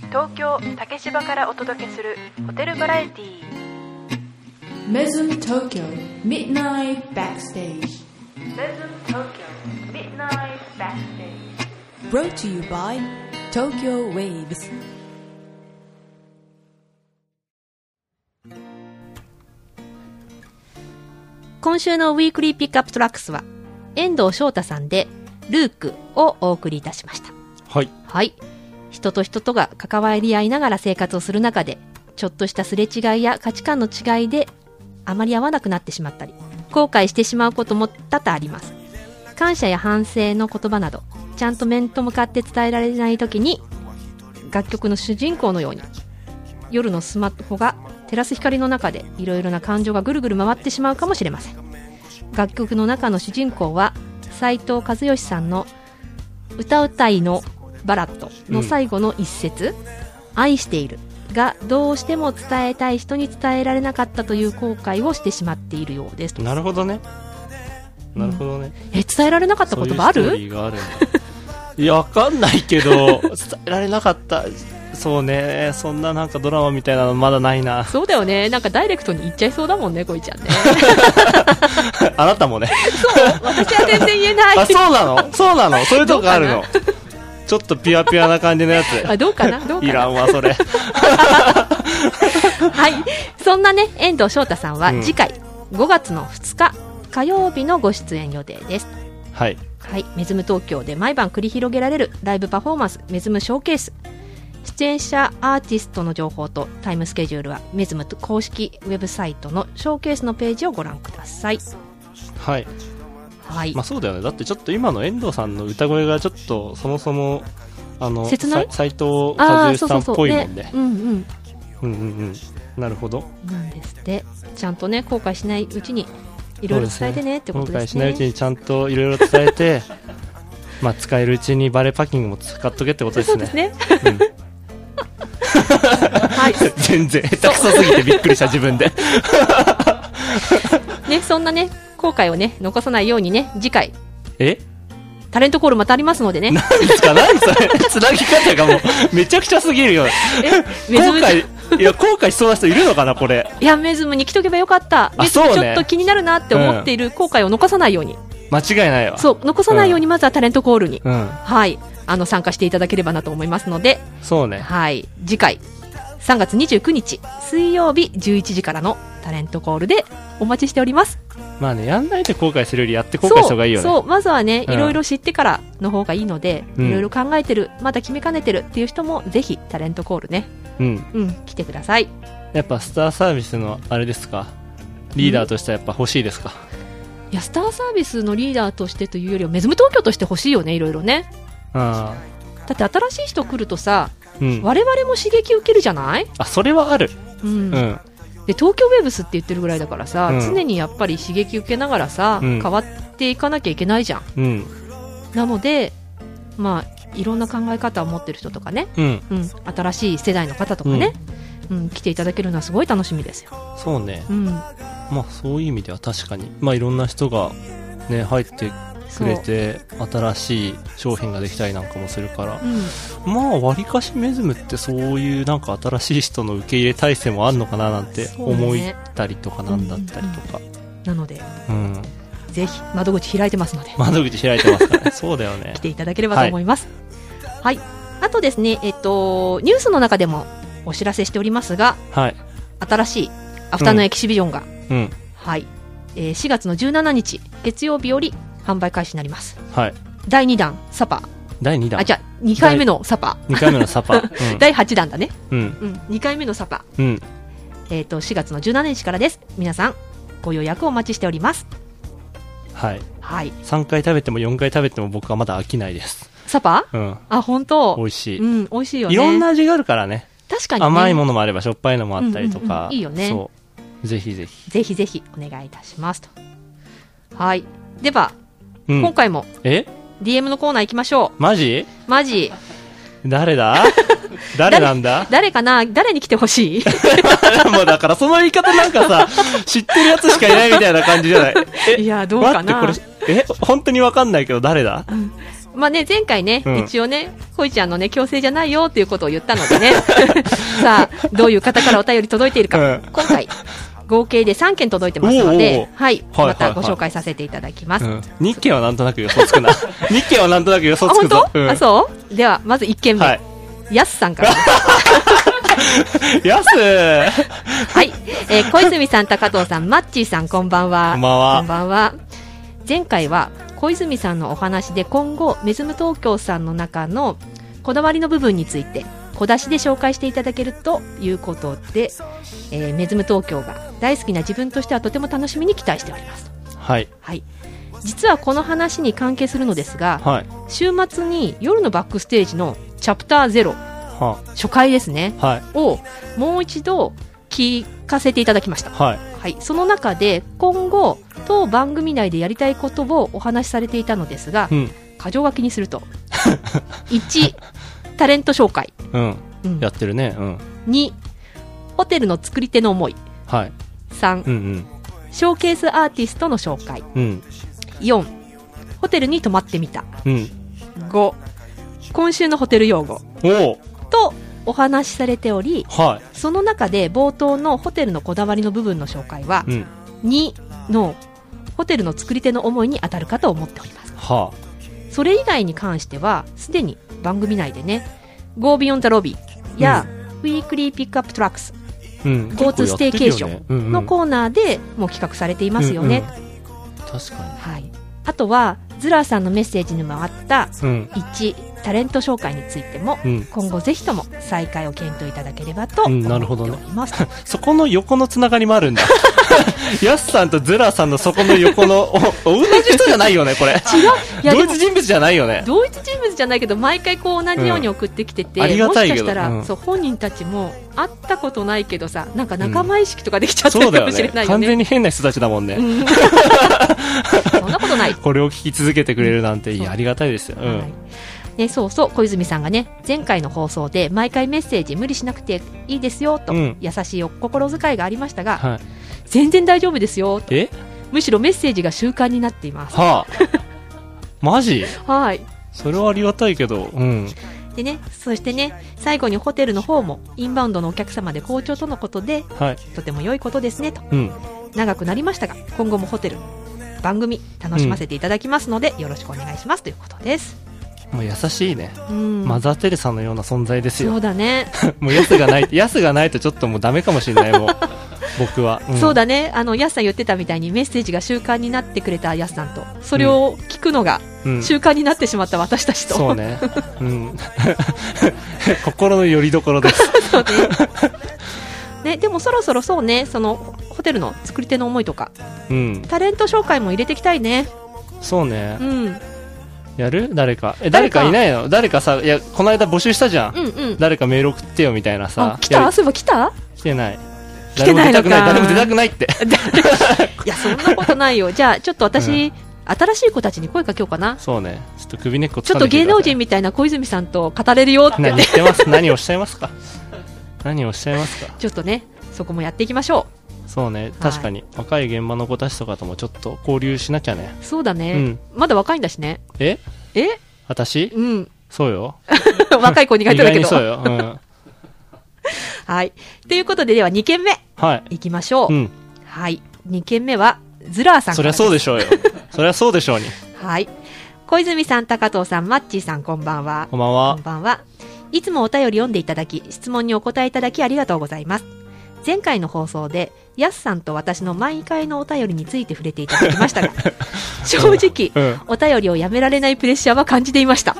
Speaker 5: 東京竹芝からお届けするホテルバラエティー
Speaker 1: Mezzum Tokyo Midnight Backstage. Brought to you by Tokyo Waves.
Speaker 2: 今週のウィークリーピックアップトラックスは、遠藤翔太さんで、ルークをお送りいたしました。
Speaker 3: はい
Speaker 2: はい。人と人とが関わり合いながら生活をする中で、ちょっとしたすれ違いや価値観の違いで、あまり合わなくなってしまったり、後悔してしまうことも多々あります。感謝や反省の言葉など、ちゃんと面と向かって伝えられない時に、楽曲の主人公のように、夜のスマホが照らす光の中でいろいろな感情がぐるぐる回ってしまうかもしれません楽曲の中の主人公は斉藤和義さんの「歌うたいのバラット」の最後の一節「愛している」がどうしても伝えたい人に伝えられなかったという後悔をしてしまっているようです
Speaker 3: なるほどねなるほどね、
Speaker 2: え伝えられなかった
Speaker 3: そう
Speaker 2: こ
Speaker 3: いう
Speaker 2: と
Speaker 3: ス
Speaker 2: があ
Speaker 3: トー
Speaker 2: る
Speaker 3: リーがあるんだいやわかんないけど伝えられなかったそうねそんななんかドラマみたいなのまだない な
Speaker 2: そうだよねなんかダイレクトに言っちゃいそうだもんねこいちゃんね
Speaker 3: あなたもね
Speaker 2: 私は全然言えない
Speaker 3: あそうなのそうなのそういうとこあるのちょっとピュアピュアな感じの や
Speaker 2: あ
Speaker 3: つ
Speaker 2: どうかなどうか
Speaker 3: い
Speaker 2: な
Speaker 3: らんわそれ
Speaker 2: はいそんなね遠藤翔太さんは
Speaker 3: うん
Speaker 2: 次回5月の2日火曜日のご出演予定です
Speaker 3: はい
Speaker 2: はい、メズム東京で毎晩繰り広げられるライブパフォーマンスメズムショーケース出演者アーティストの情報とタイムスケジュールはメズム公式ウェブサイトのショーケースのページをご覧ください
Speaker 3: はい
Speaker 2: はい、
Speaker 3: まあそうだよねだってちょっと今の遠藤さんの歌声がちょっとそもそもあの
Speaker 2: 切ない
Speaker 3: 斎藤
Speaker 2: あ
Speaker 3: 和
Speaker 2: ー
Speaker 3: 義さんっぽいもんで
Speaker 2: ねうんうん
Speaker 3: うんうんうんなるほど
Speaker 2: なんですってちゃんとね後悔しないうちにいろいろ
Speaker 3: そう
Speaker 2: 伝えて
Speaker 3: ですね
Speaker 2: ねってことで
Speaker 3: 後悔
Speaker 2: す
Speaker 3: しな
Speaker 2: ね
Speaker 3: いうちにちゃんといろいろ伝 えてまあ使えるうちにバレパッキングも使っとけってことで
Speaker 2: そ
Speaker 3: す
Speaker 2: うで
Speaker 3: ね
Speaker 2: すねはい
Speaker 3: 全然下手くそすぎてびっくりした自分で
Speaker 2: ねそんなね後悔をね残さないようにね次回
Speaker 3: え
Speaker 2: タレントコールまたありますのでね
Speaker 3: 何ですか何それつなぎ方がもうめちゃくちゃすぎるよ
Speaker 2: え
Speaker 3: 後
Speaker 2: メズム
Speaker 3: 悔いや後悔しそうな人いるのかなこれ
Speaker 2: いや、メズムに来とけばよかった。
Speaker 3: あ
Speaker 2: メズム
Speaker 3: そう
Speaker 2: ち
Speaker 3: ね
Speaker 2: ょっと気になるなって思っている後悔を残さないように。
Speaker 3: 間違いないわう
Speaker 2: そう、残さないようにまずはタレントコールに、
Speaker 3: ん
Speaker 2: はい、あの、参加していただければなと思いますので、
Speaker 3: そうね
Speaker 2: はい、次回、3月29日、水曜日11時からのタレントコールでお待ちしております。
Speaker 3: まあねやんないで後悔するよりやって後悔した方がいいよね
Speaker 2: そう、そうまずはね、
Speaker 3: うん
Speaker 2: いろいろ知ってからの方がいいので、
Speaker 3: うん
Speaker 2: いろいろ考えてる、まだ決めかねてるっていう人も、ぜひタレントコールね、
Speaker 3: うん
Speaker 2: うん、来てください。
Speaker 3: やっぱスターサービスのあれですかリーダーとしてはやっぱ欲しいですか、
Speaker 2: いや、スターサービスのリーダーとしてというよりは、メズム東京として欲しいよね、いろいろね。
Speaker 3: うん
Speaker 2: だって新しい人来るとさ
Speaker 3: うん、
Speaker 2: 我々も刺激受けるじゃない、
Speaker 3: あそれはある、
Speaker 2: うん
Speaker 3: うん、
Speaker 2: で東京ウェーブスって言ってるぐらいだからさ、
Speaker 3: うん
Speaker 2: 常にやっぱり刺激受けながらさ、
Speaker 3: うん
Speaker 2: 変わっていかなきゃいけないじゃん
Speaker 3: うん、
Speaker 2: なのでまあいろんな考え方を持ってる人とかね、
Speaker 3: うん、
Speaker 2: うん、新しい世代の方とかね、うん来ていただけるのはすごい楽しみですよ、
Speaker 3: そうね、
Speaker 2: うん、
Speaker 3: まあそういう意味では確かに、まあいろんな人がね、入って
Speaker 2: そ
Speaker 3: く
Speaker 2: う
Speaker 3: れて、新しい商品ができたりなんかもするから
Speaker 2: う、ん、
Speaker 3: まあわりかしメズムってそういうなんか新しい人の受け入れ体制もあるのかななんて
Speaker 2: そうね
Speaker 3: 思ったりとかなんだったりとか、
Speaker 2: なので
Speaker 3: うん、
Speaker 2: ぜひ窓口開いてますので
Speaker 3: 窓口開いてますからね、 そうだよね
Speaker 2: 来。ていただければと思います。はい、あとですね、えっと、ニュースの中でもお知らせしておりますが、
Speaker 3: はい、
Speaker 2: 新しいアフタヌーンエキシビジョンが、
Speaker 3: うん、
Speaker 2: はい、えー4月の17日、月曜日より販売開始になります。
Speaker 3: はい。
Speaker 2: 第2弾、サパ。
Speaker 3: 第2弾
Speaker 2: あ、じ、ゃあ、2回目のサパ。
Speaker 3: 2回目の サパ、
Speaker 2: 第8弾だね。
Speaker 3: うん、うん、
Speaker 2: うん、2回目のサパ。
Speaker 3: うん、
Speaker 2: えっ、と、4月の17日からです。皆さん、ご予約お待ちしております。
Speaker 3: はい。
Speaker 2: はい。
Speaker 3: 3回食べても4回食べても僕はまだ飽きないです。
Speaker 2: サパ
Speaker 3: うん、
Speaker 2: あ、本当
Speaker 3: 美味しい。
Speaker 2: うん、美味しいよね。
Speaker 3: いろんな味があるからね。
Speaker 2: 確かに、ね、
Speaker 3: 甘いものもあればしょっぱいのもあったりと
Speaker 2: うんうん
Speaker 3: か、
Speaker 2: うんいいよね
Speaker 3: そうぜひぜひ、
Speaker 2: ぜひぜひお願いいたしますと。はい。では、
Speaker 3: うん
Speaker 2: 今回も
Speaker 3: え
Speaker 2: DM のコーナー行きましょ
Speaker 3: マジ
Speaker 2: う。マジ。
Speaker 3: 誰だ誰なんだ
Speaker 2: 誰かな誰に来てほし い
Speaker 3: もうだからその言い方なんかさ知ってるやつしかいないみたいな感じじゃないえ
Speaker 2: いや、どうかな
Speaker 3: 待ってこれえ本当にわかんないけど誰だ
Speaker 2: まあね、前回ね、
Speaker 3: うん
Speaker 2: 一応ね、こいちゃんのね、強制じゃないよっていうことを言ったので ね。さあ、どういう方からお便り届いているか。
Speaker 3: うん
Speaker 2: 今回、合計で3件届いてますの
Speaker 3: おうおう
Speaker 2: で、
Speaker 3: おう
Speaker 2: はい。
Speaker 3: はい
Speaker 2: またご
Speaker 3: はい
Speaker 2: 紹介させていただきます。
Speaker 3: うん、日系はなんとなく予想つ くな日系はなんとなく予想
Speaker 2: あ、
Speaker 3: つ
Speaker 2: 本
Speaker 3: くぞ
Speaker 2: 当、
Speaker 3: うん
Speaker 2: あ、そうでは、まず1件目。
Speaker 3: は
Speaker 2: やすさん から。
Speaker 3: いやすー
Speaker 2: はい、えー小泉さん、高藤さん、マッチーさん、こんばんは。
Speaker 3: こんばんは
Speaker 2: こんばんは前回は小泉さんのお話で今後、メズム東京さんの中のこだわりの部分について小出しで紹介していただけるということで、えーメズム東京が大好きな自分としてはとても楽しみに期待しております。
Speaker 3: はい
Speaker 2: はい。実はこの話に関係するのですが、
Speaker 3: はい
Speaker 2: 週末に夜のバックステージのチャプター0
Speaker 3: は
Speaker 2: 初回ですね。
Speaker 3: はい
Speaker 2: をもう一度聞かせていただきました。
Speaker 3: はい。
Speaker 2: はい、その中で今後当番組内でやりたいことをお話しされていたのですが
Speaker 3: うん。
Speaker 2: 箇条書きにすると1タレント紹介、
Speaker 3: うん。
Speaker 2: うん
Speaker 3: やってるね。うん。
Speaker 2: 2ホテルの作り手の思い
Speaker 3: はい。
Speaker 2: 3
Speaker 3: うん
Speaker 2: ショーケースアーティストの紹介
Speaker 3: うん。うん。
Speaker 2: 4ホテルに泊まってみた
Speaker 3: うん。
Speaker 2: 5今週のホテル用語
Speaker 3: おお
Speaker 2: とお話しされており
Speaker 3: は。
Speaker 2: その中で冒頭のホテルのこだわりの部分の紹介はい
Speaker 3: うん。
Speaker 2: 2のホテルの作り手の思いに当たるかと思っております
Speaker 3: は
Speaker 2: それ以外に関してはすでに番組内でね「Go Beyond the Lobby」や「ウィークリーピックアップトラックス
Speaker 3: あ。うん。
Speaker 2: 交通ステーケーション
Speaker 3: 結構やってるよね」
Speaker 2: のコーナーでもう企画されていますよね、。
Speaker 3: うんうんうん確か
Speaker 2: はい、あとはズラーさんのメッセージにもあった
Speaker 3: に。うん。
Speaker 2: 1タレント紹介についても
Speaker 3: うん。
Speaker 2: 今後ぜひとも再開を検討いただければと
Speaker 3: う
Speaker 2: 思
Speaker 3: んな
Speaker 2: っ
Speaker 3: る
Speaker 2: て
Speaker 3: ほ
Speaker 2: お
Speaker 3: どね
Speaker 2: ります、
Speaker 3: そこの横のつながりもある んだ。やすさんとズラさんのそこの横の、お、お同じ人じゃないよね、これ。
Speaker 2: いやで
Speaker 3: 同
Speaker 2: も
Speaker 3: 一人物じゃないよね。
Speaker 2: 同一人物じゃないけど毎回こう同じように送ってきてて、
Speaker 3: うんありが
Speaker 2: も
Speaker 3: た
Speaker 2: し
Speaker 3: い
Speaker 2: か
Speaker 3: けど
Speaker 2: したら、
Speaker 3: うん
Speaker 2: そう本人たちも会ったことないけどさなんか仲間意識とかできちゃって
Speaker 3: そう
Speaker 2: る
Speaker 3: だ
Speaker 2: か
Speaker 3: よ
Speaker 2: もしれ
Speaker 3: ね
Speaker 2: ないよね。
Speaker 3: 完全に変な人たちだもんね。
Speaker 2: うん そんなことない。
Speaker 3: これを聞き続けてくれるなんて、い
Speaker 2: そう
Speaker 3: や、ありがたいですよ。う
Speaker 2: はい
Speaker 3: ん。
Speaker 2: ね、そうそう小泉さんがね前回の放送で毎回メッセージ無理しなくていいですよと、
Speaker 3: うん
Speaker 2: 優しいお心遣いがありましたが、
Speaker 3: はい。
Speaker 2: 全然大丈夫ですよと
Speaker 3: え
Speaker 2: むしろメッセージが習慣になっています
Speaker 3: はあ。 マジ
Speaker 2: はい
Speaker 3: それはありがたいけど、うん。
Speaker 2: でねそしてね最後にホテルの方もインバウンドのお客様で好調とのことで
Speaker 3: はい。
Speaker 2: とても良いことですねと
Speaker 3: うん。
Speaker 2: 長くなりましたが今後もホテル番組楽しませていただきますので、よろしくお願いしますということです、
Speaker 3: もう優しいね。
Speaker 2: うん、
Speaker 3: マザー・テレサのような存在です
Speaker 2: そ
Speaker 3: よ
Speaker 2: う。だね
Speaker 3: もう安がない、安がないとちょっともうダメかもしれ ない、もう。僕は。ん
Speaker 2: そうだね、あの、やすさん言ってたみたいにメッセージが習慣になってくれたやすさんと、それを聞くのが
Speaker 3: うん
Speaker 2: 習慣になってしまった私たちと、
Speaker 3: そうね。うん。 心の拠り所です。
Speaker 2: ね、でもそろそろそうね、その、ホテルの作り手の思いとか、
Speaker 3: うん。
Speaker 2: タレント紹介も入れていきたいね。
Speaker 3: そうね
Speaker 2: う。ん、うん、
Speaker 3: やる誰か。え、
Speaker 2: 誰
Speaker 3: 誰
Speaker 2: か
Speaker 3: かいないの誰かさ、いや、この間募集したじゃん。
Speaker 2: うん。
Speaker 3: 誰かメール送ってよみたいな
Speaker 2: あ
Speaker 3: さ。、
Speaker 2: 来
Speaker 3: や
Speaker 2: た
Speaker 3: り
Speaker 2: そういえば来た
Speaker 3: 来てない。
Speaker 2: 来てないのか
Speaker 3: 誰も出たくない、誰も出たくないって。
Speaker 2: いや、そんなことないよ。じゃあ、ちょっと私、新しい子たちに声かけようかな。
Speaker 3: そうね。ちょっと首根っこ
Speaker 2: ち
Speaker 3: 掴
Speaker 2: ょっ
Speaker 3: ん
Speaker 2: と
Speaker 3: でき
Speaker 2: 芸
Speaker 3: てくださ
Speaker 2: 能
Speaker 3: い
Speaker 2: 人みたいな小泉さんと語れるよって
Speaker 3: 何
Speaker 2: ね
Speaker 3: 言、ってます何をおっしゃいますか何をおっしゃいますか
Speaker 2: ちょっとね、そこもやっていきましょ
Speaker 3: そうね、確かに。若い現場の子たちとかともちょっと交流しなきゃね。
Speaker 2: う。そうだね、まだ若いんだしね。
Speaker 3: え
Speaker 2: え
Speaker 3: 私
Speaker 2: うん。
Speaker 3: そうよ。
Speaker 2: 若い子苦手
Speaker 3: 意
Speaker 2: だ
Speaker 3: 外
Speaker 2: け
Speaker 3: に
Speaker 2: ど。
Speaker 3: そうよ。うん。
Speaker 2: はい。ということで、では2件目
Speaker 3: はい。
Speaker 2: いきましょう。
Speaker 3: うん。
Speaker 2: はい。2件目は、ズラーさんか
Speaker 3: そり
Speaker 2: ら
Speaker 3: ゃ
Speaker 2: です
Speaker 3: そうでしょうよ。そりゃそうでしょうに。
Speaker 2: はい。小泉さん、高藤さん、マッチーさん、こんばんは。
Speaker 3: こんばん
Speaker 2: こ
Speaker 3: は
Speaker 2: ん。ばんは。いつもお便り読んでいただき、質問にお答えいただきありがとうございます。前回の放送で、やすさんと私の毎回のお便りについて触れていただきました が、正直、
Speaker 3: うん。
Speaker 2: お便りをやめられないプレッシャーは感じていま した。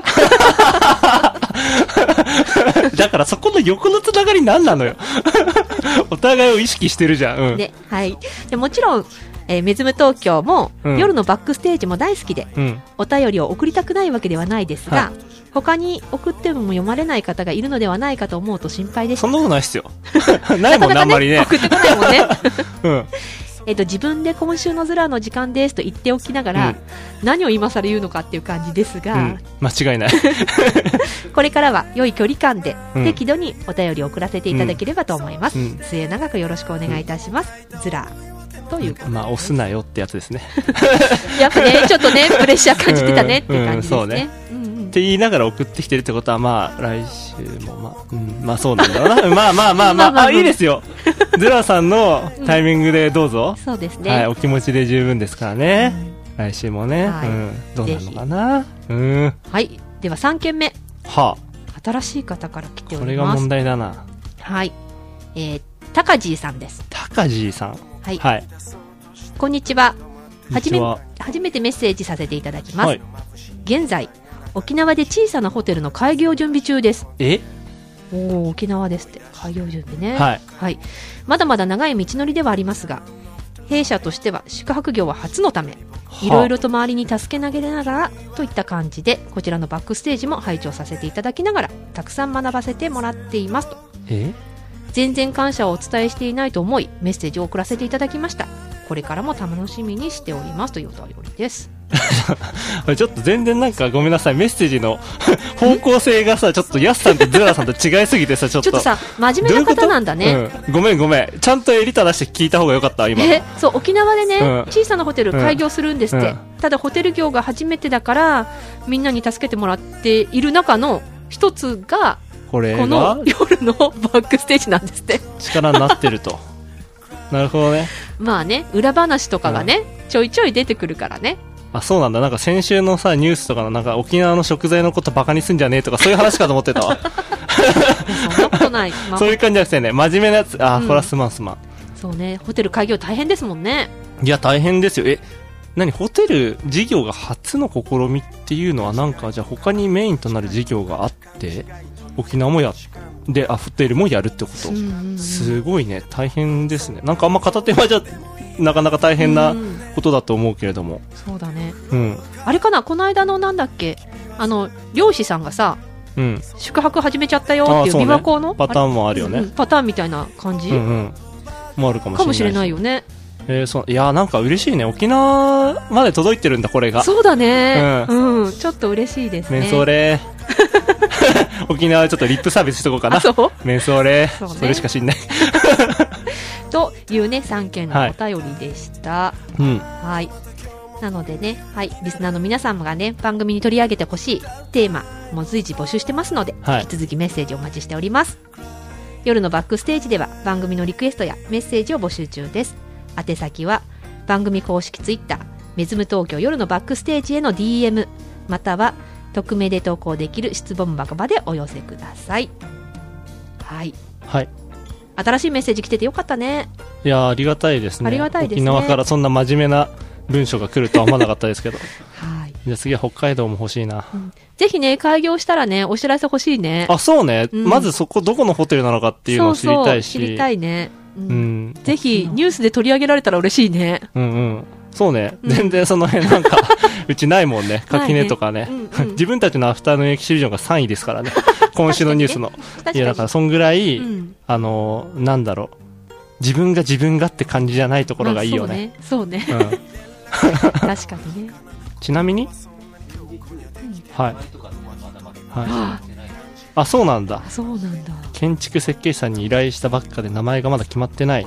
Speaker 3: だからそこの横のつながり何なのよ。 お互いを意識してるじゃん。うん。
Speaker 2: ね、はい。でもちろん、えーメズム東京も、
Speaker 3: うん
Speaker 2: 夜のバックステージも大好きで、
Speaker 3: うん。
Speaker 2: お便りを送りたくないわけではないですが、
Speaker 3: は
Speaker 2: 他に送っても読まれない方がいるのではないかと思うと心配です。
Speaker 3: そんなことないっす よ。ないもんね、あんまりね。
Speaker 2: 送ってこないもんね。
Speaker 3: うん。
Speaker 2: えっと、自分で今週のズラの時間ですと言っておきながら、
Speaker 3: うん
Speaker 2: 何を今更言うのかっていう感じです
Speaker 3: う
Speaker 2: が
Speaker 3: ん、。間違いない。
Speaker 2: これからは良い距離感で、
Speaker 3: うん
Speaker 2: 適度にお便りを送らせていただければと思います。
Speaker 3: うん
Speaker 2: 末永くよろしくお願いいたします。ズラということで
Speaker 3: まあ、押すなよってやつですね。
Speaker 2: やっぱね、ちょっとね、プレッシャー感じてたねっていう感じですね。うんうん
Speaker 3: って言いながら送ってきてるってことは、まあ、来週も、まあ、うん、まあそうなんだろうな。 まあまあまあま
Speaker 2: まあまあ
Speaker 3: あ、あ、いいですよ。ゼラさんのタイミングでどうぞ。
Speaker 2: そうです
Speaker 3: はい、
Speaker 2: ね。
Speaker 3: お気持ちで十分ですからね。来週もね、
Speaker 2: はい
Speaker 3: うん、どうなるのかな。うん。は
Speaker 2: はい。では3件目。
Speaker 3: あ、
Speaker 2: 新しい方から来てお
Speaker 3: こ
Speaker 2: り
Speaker 3: れが
Speaker 2: ます
Speaker 3: 問。題だな。
Speaker 2: はい。えー、タカジーさんです。
Speaker 3: タカジーさん。
Speaker 2: はい。
Speaker 3: はい。
Speaker 2: こんにちは。
Speaker 3: こんにちは
Speaker 2: 初め、初めてメッセージさせていただきます。
Speaker 3: はい。
Speaker 2: 現在、沖縄で小さなホテルの開業準備中です。
Speaker 3: え
Speaker 2: おお、沖縄ですって。開業準備ね。
Speaker 3: はい。
Speaker 2: はい。まだまだ長い道のりではありますが、弊社としては宿泊業は初のため、いろいろと周りに助け投げながらといった感じでこちらのバックステージも拝聴させていただきながらたくさん学ばせてもらっていますと
Speaker 3: え
Speaker 2: 全然感謝をお伝えしていないと思いメッセージを送らせていただきましたこれからも楽しみにしておりますというお便りです
Speaker 3: これちょっと全然なんかごめんなさいメッセージの 方向性がさちょっとヤスさんとゼラさんと違いすぎてさちょっ
Speaker 2: ちょ
Speaker 3: と
Speaker 2: っとさ真面目な方なんだね、
Speaker 3: うんごめんごめんちゃんと襟正して聞いた方がよかったわ今の
Speaker 2: えそう沖縄でね、
Speaker 3: うん
Speaker 2: 小さなホテル開業するんですって、
Speaker 3: うん
Speaker 2: ただホテル業が初めてだからみんなに助けてもらっている中の一つが
Speaker 3: これ
Speaker 2: こ
Speaker 3: が
Speaker 2: の夜のバックステージなんですって
Speaker 3: 力になってるとなるほどね
Speaker 2: まあね裏話とかがね、ちょいちょい出てくるからね
Speaker 3: あそうなんだなんか先週のさニュースとかのなんか沖縄の食材のことバカにすんじゃねえとかそういう話かと思ってたわ
Speaker 2: そんなこと ない、 まあ
Speaker 3: そういう感じじゃなくてね真面目なやつあー、
Speaker 2: うん
Speaker 3: これはすまんすまん
Speaker 2: そうねホテル開業大変ですもんね
Speaker 3: いや大変ですよえ何ホテル事業が初の試みっていうのはなんかじゃあ他にメインとなる事業があって沖縄もやであホテルもやるってこと、
Speaker 2: うんうんうん
Speaker 3: すごいね大変ですねなんかあんま片手間じゃなかなか大変な
Speaker 2: うん
Speaker 3: ことだと思うけれども
Speaker 2: そうだね
Speaker 3: うん
Speaker 2: あれかなこの間のなんだっけあの漁師さんがさ
Speaker 3: うん
Speaker 2: 宿泊始めちゃったよ
Speaker 3: あ
Speaker 2: っ
Speaker 3: あ
Speaker 2: ていう
Speaker 3: そうね
Speaker 2: 琵琶湖の
Speaker 3: パターンもあ
Speaker 2: あ
Speaker 3: るよ
Speaker 2: うん
Speaker 3: ね
Speaker 2: パターンみたいな感じ、
Speaker 3: うんうんもあるかもしれない
Speaker 2: かもしれないよね
Speaker 3: えーそういやーなんか嬉しいね沖縄まで届いてるんだこれが
Speaker 2: そうだね、
Speaker 3: う
Speaker 2: うんちょっと嬉しいですね
Speaker 3: メンソーレ 沖縄ちょっとリップサービスしとこうか
Speaker 2: あ
Speaker 3: な
Speaker 2: そう
Speaker 3: メンソーレ
Speaker 2: そうね
Speaker 3: それしか知んない
Speaker 2: というね3件の
Speaker 3: はい
Speaker 2: お便りでした
Speaker 3: うん
Speaker 2: はいなのでね、はい、リスナーの皆様がね番組に取り上げてほしいテーマも随時募集してますので
Speaker 3: はい
Speaker 2: 引き続きメッセージお待ちしております夜のバックステージでは番組のリクエストやメッセージを募集中です宛先は番組公式ツイッターメズム東京夜のバックステージへの DM または匿名で投稿できる質問箱までお寄せくださいはい
Speaker 3: はい
Speaker 2: 新しいメッセージ来ててよかったね
Speaker 3: いやーありがたいですね
Speaker 2: ありがたいですね
Speaker 3: 沖縄からそんな真面目な文章が来るとは思わなかったで すけど
Speaker 2: はい
Speaker 3: じゃあ次は北海道も欲しいな
Speaker 2: ぜひね開業したらねお知らせ欲しいね
Speaker 3: あそうね、
Speaker 2: うん
Speaker 3: まずそこどこのホテルなのかっていうのを知りたいし
Speaker 2: そうそう知りたいね、うん
Speaker 3: うん、
Speaker 2: ぜひニュースで取り上げられたら嬉しいね
Speaker 3: うんうんそうね、
Speaker 2: うん
Speaker 3: 全然その辺なんか うちないもんね垣根とかね
Speaker 2: ないねうんうん
Speaker 3: 自分たちのアフターのエキシビジョンが3位ですか らね今週のニュースの、
Speaker 2: 確かに
Speaker 3: いやだからそんぐらい、
Speaker 2: うん
Speaker 3: あのーなんだろう自分が自分がって感じじゃないところがいいよね,、
Speaker 2: まあそうねそうね
Speaker 3: うん、
Speaker 2: 確かにね
Speaker 3: ちなみに、はい、はい、あそうなんだ
Speaker 2: そうなんだ
Speaker 3: 建築設計士さんに依頼したばっかで名前がまだ決まってない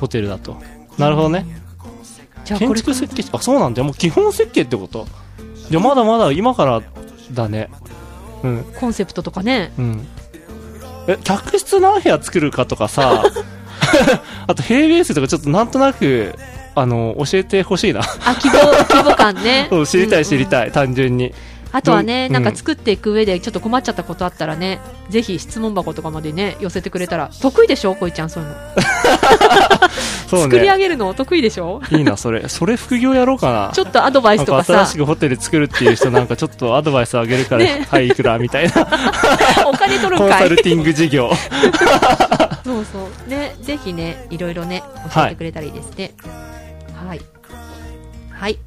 Speaker 3: ホテルだとなるほどね
Speaker 2: じゃあこ
Speaker 3: 建
Speaker 2: れ
Speaker 3: 築設計士あそうなんだよもう基本設計ってことじゃあまだまだ今からだねうん
Speaker 2: コンセプトとかね
Speaker 3: うんえ客室何部屋作るかとかさ あと平米数とかちょっとなんとなくあの教えてほしいな
Speaker 2: あ希望 希望感ね
Speaker 3: そう知りたい知り
Speaker 2: い、
Speaker 3: たい単純に
Speaker 2: あとはね、
Speaker 3: うん
Speaker 2: なんか作っていく上でちょっと困っちゃったことあったらねぜひ質問箱とかまでね寄せてくれたら得意でしょこいちゃんそういうの
Speaker 3: そう
Speaker 2: 作り上
Speaker 3: ね
Speaker 2: げるの得意でしょ
Speaker 3: いいなそれそれ副業やろうかな
Speaker 2: ちょっとアドバイスと
Speaker 3: なん
Speaker 2: か
Speaker 3: か新
Speaker 2: さ
Speaker 3: しくホテル作るっていう人なんかちょっとアドバイスあげるから、
Speaker 2: ね
Speaker 3: はいいくらみたい な
Speaker 2: お金取る
Speaker 3: コ
Speaker 2: ん
Speaker 3: ン
Speaker 2: か
Speaker 3: サ
Speaker 2: い
Speaker 3: ルティング事業
Speaker 2: そうそう。ね、ぜひね、いろいろね、教えてくれたらいいですね。はい。はい。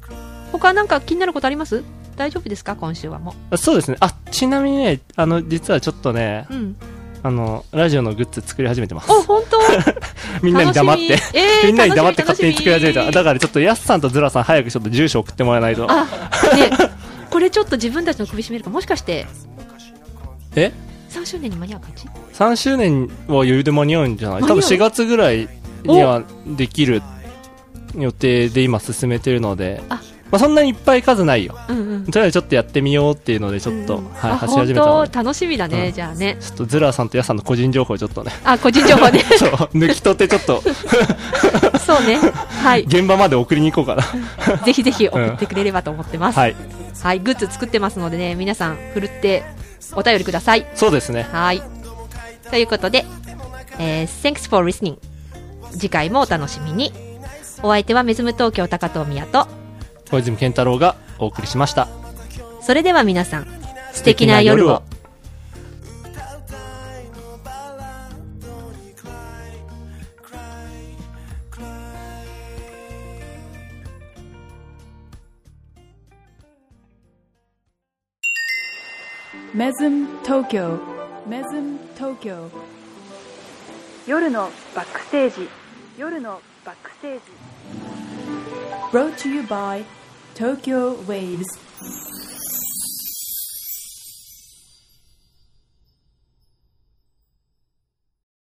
Speaker 2: 他なんか気になることあります大丈夫ですか今週はも
Speaker 3: そうですねあちなみにねあの実はちょっとね
Speaker 2: う。 うん。
Speaker 3: あのラジオのグッズ作り始めてます
Speaker 2: お、本当
Speaker 3: みんなに黙って。
Speaker 2: 楽しみ。えー、
Speaker 3: みんなに黙って勝手に作り始め
Speaker 2: 楽
Speaker 3: た。
Speaker 2: しみ
Speaker 3: だからちょっとヤスさんとズラさん早くちょっと住所送ってもらわないと。
Speaker 2: あ、ね、これちょっと自分たちの首絞めるかもしかして、
Speaker 3: え
Speaker 2: 3周年に間に合う感じ
Speaker 3: ?3 周年は余裕で間に合うんじゃない
Speaker 2: 間
Speaker 3: 多
Speaker 2: に合う
Speaker 3: 分4月ぐらいにはできる予定で今進めてるので。
Speaker 2: あ
Speaker 3: まあそんなにいっぱい数ないよ。
Speaker 2: うんうん。
Speaker 3: とりあえずちょっとやってみようっていうのでちょっと、
Speaker 2: うん
Speaker 3: はい、
Speaker 2: あ
Speaker 3: 走り始めたの
Speaker 2: 本
Speaker 3: で。
Speaker 2: 当楽しみだね、
Speaker 3: うん
Speaker 2: じゃあね。
Speaker 3: ちょっとズラさんとヤスさんの個人情報ちょっとね。
Speaker 2: あ、個人情報 ね。
Speaker 3: そう、抜き取ってちょっと
Speaker 2: そうね。 はい。
Speaker 3: 現場まで送りに行こうかな。
Speaker 2: ぜひぜひ送ってくれればと思ってます。
Speaker 3: はい。
Speaker 2: はい、グッズ作ってますのでね、皆さん、ふるってお便りください。
Speaker 3: そうですね。
Speaker 2: はい。ということで、えー Thanks for listening。次回もお楽しみに。お相手はメズム東京高藤宮と、
Speaker 3: 小泉健太郎がお送りしました。
Speaker 2: それでは皆さん、素敵な夜を。
Speaker 1: Mesm Tokyo. Mesm Tokyo. 夜のバックステージ夜のバックステージ
Speaker 6: Brought to you by Tokyo Waves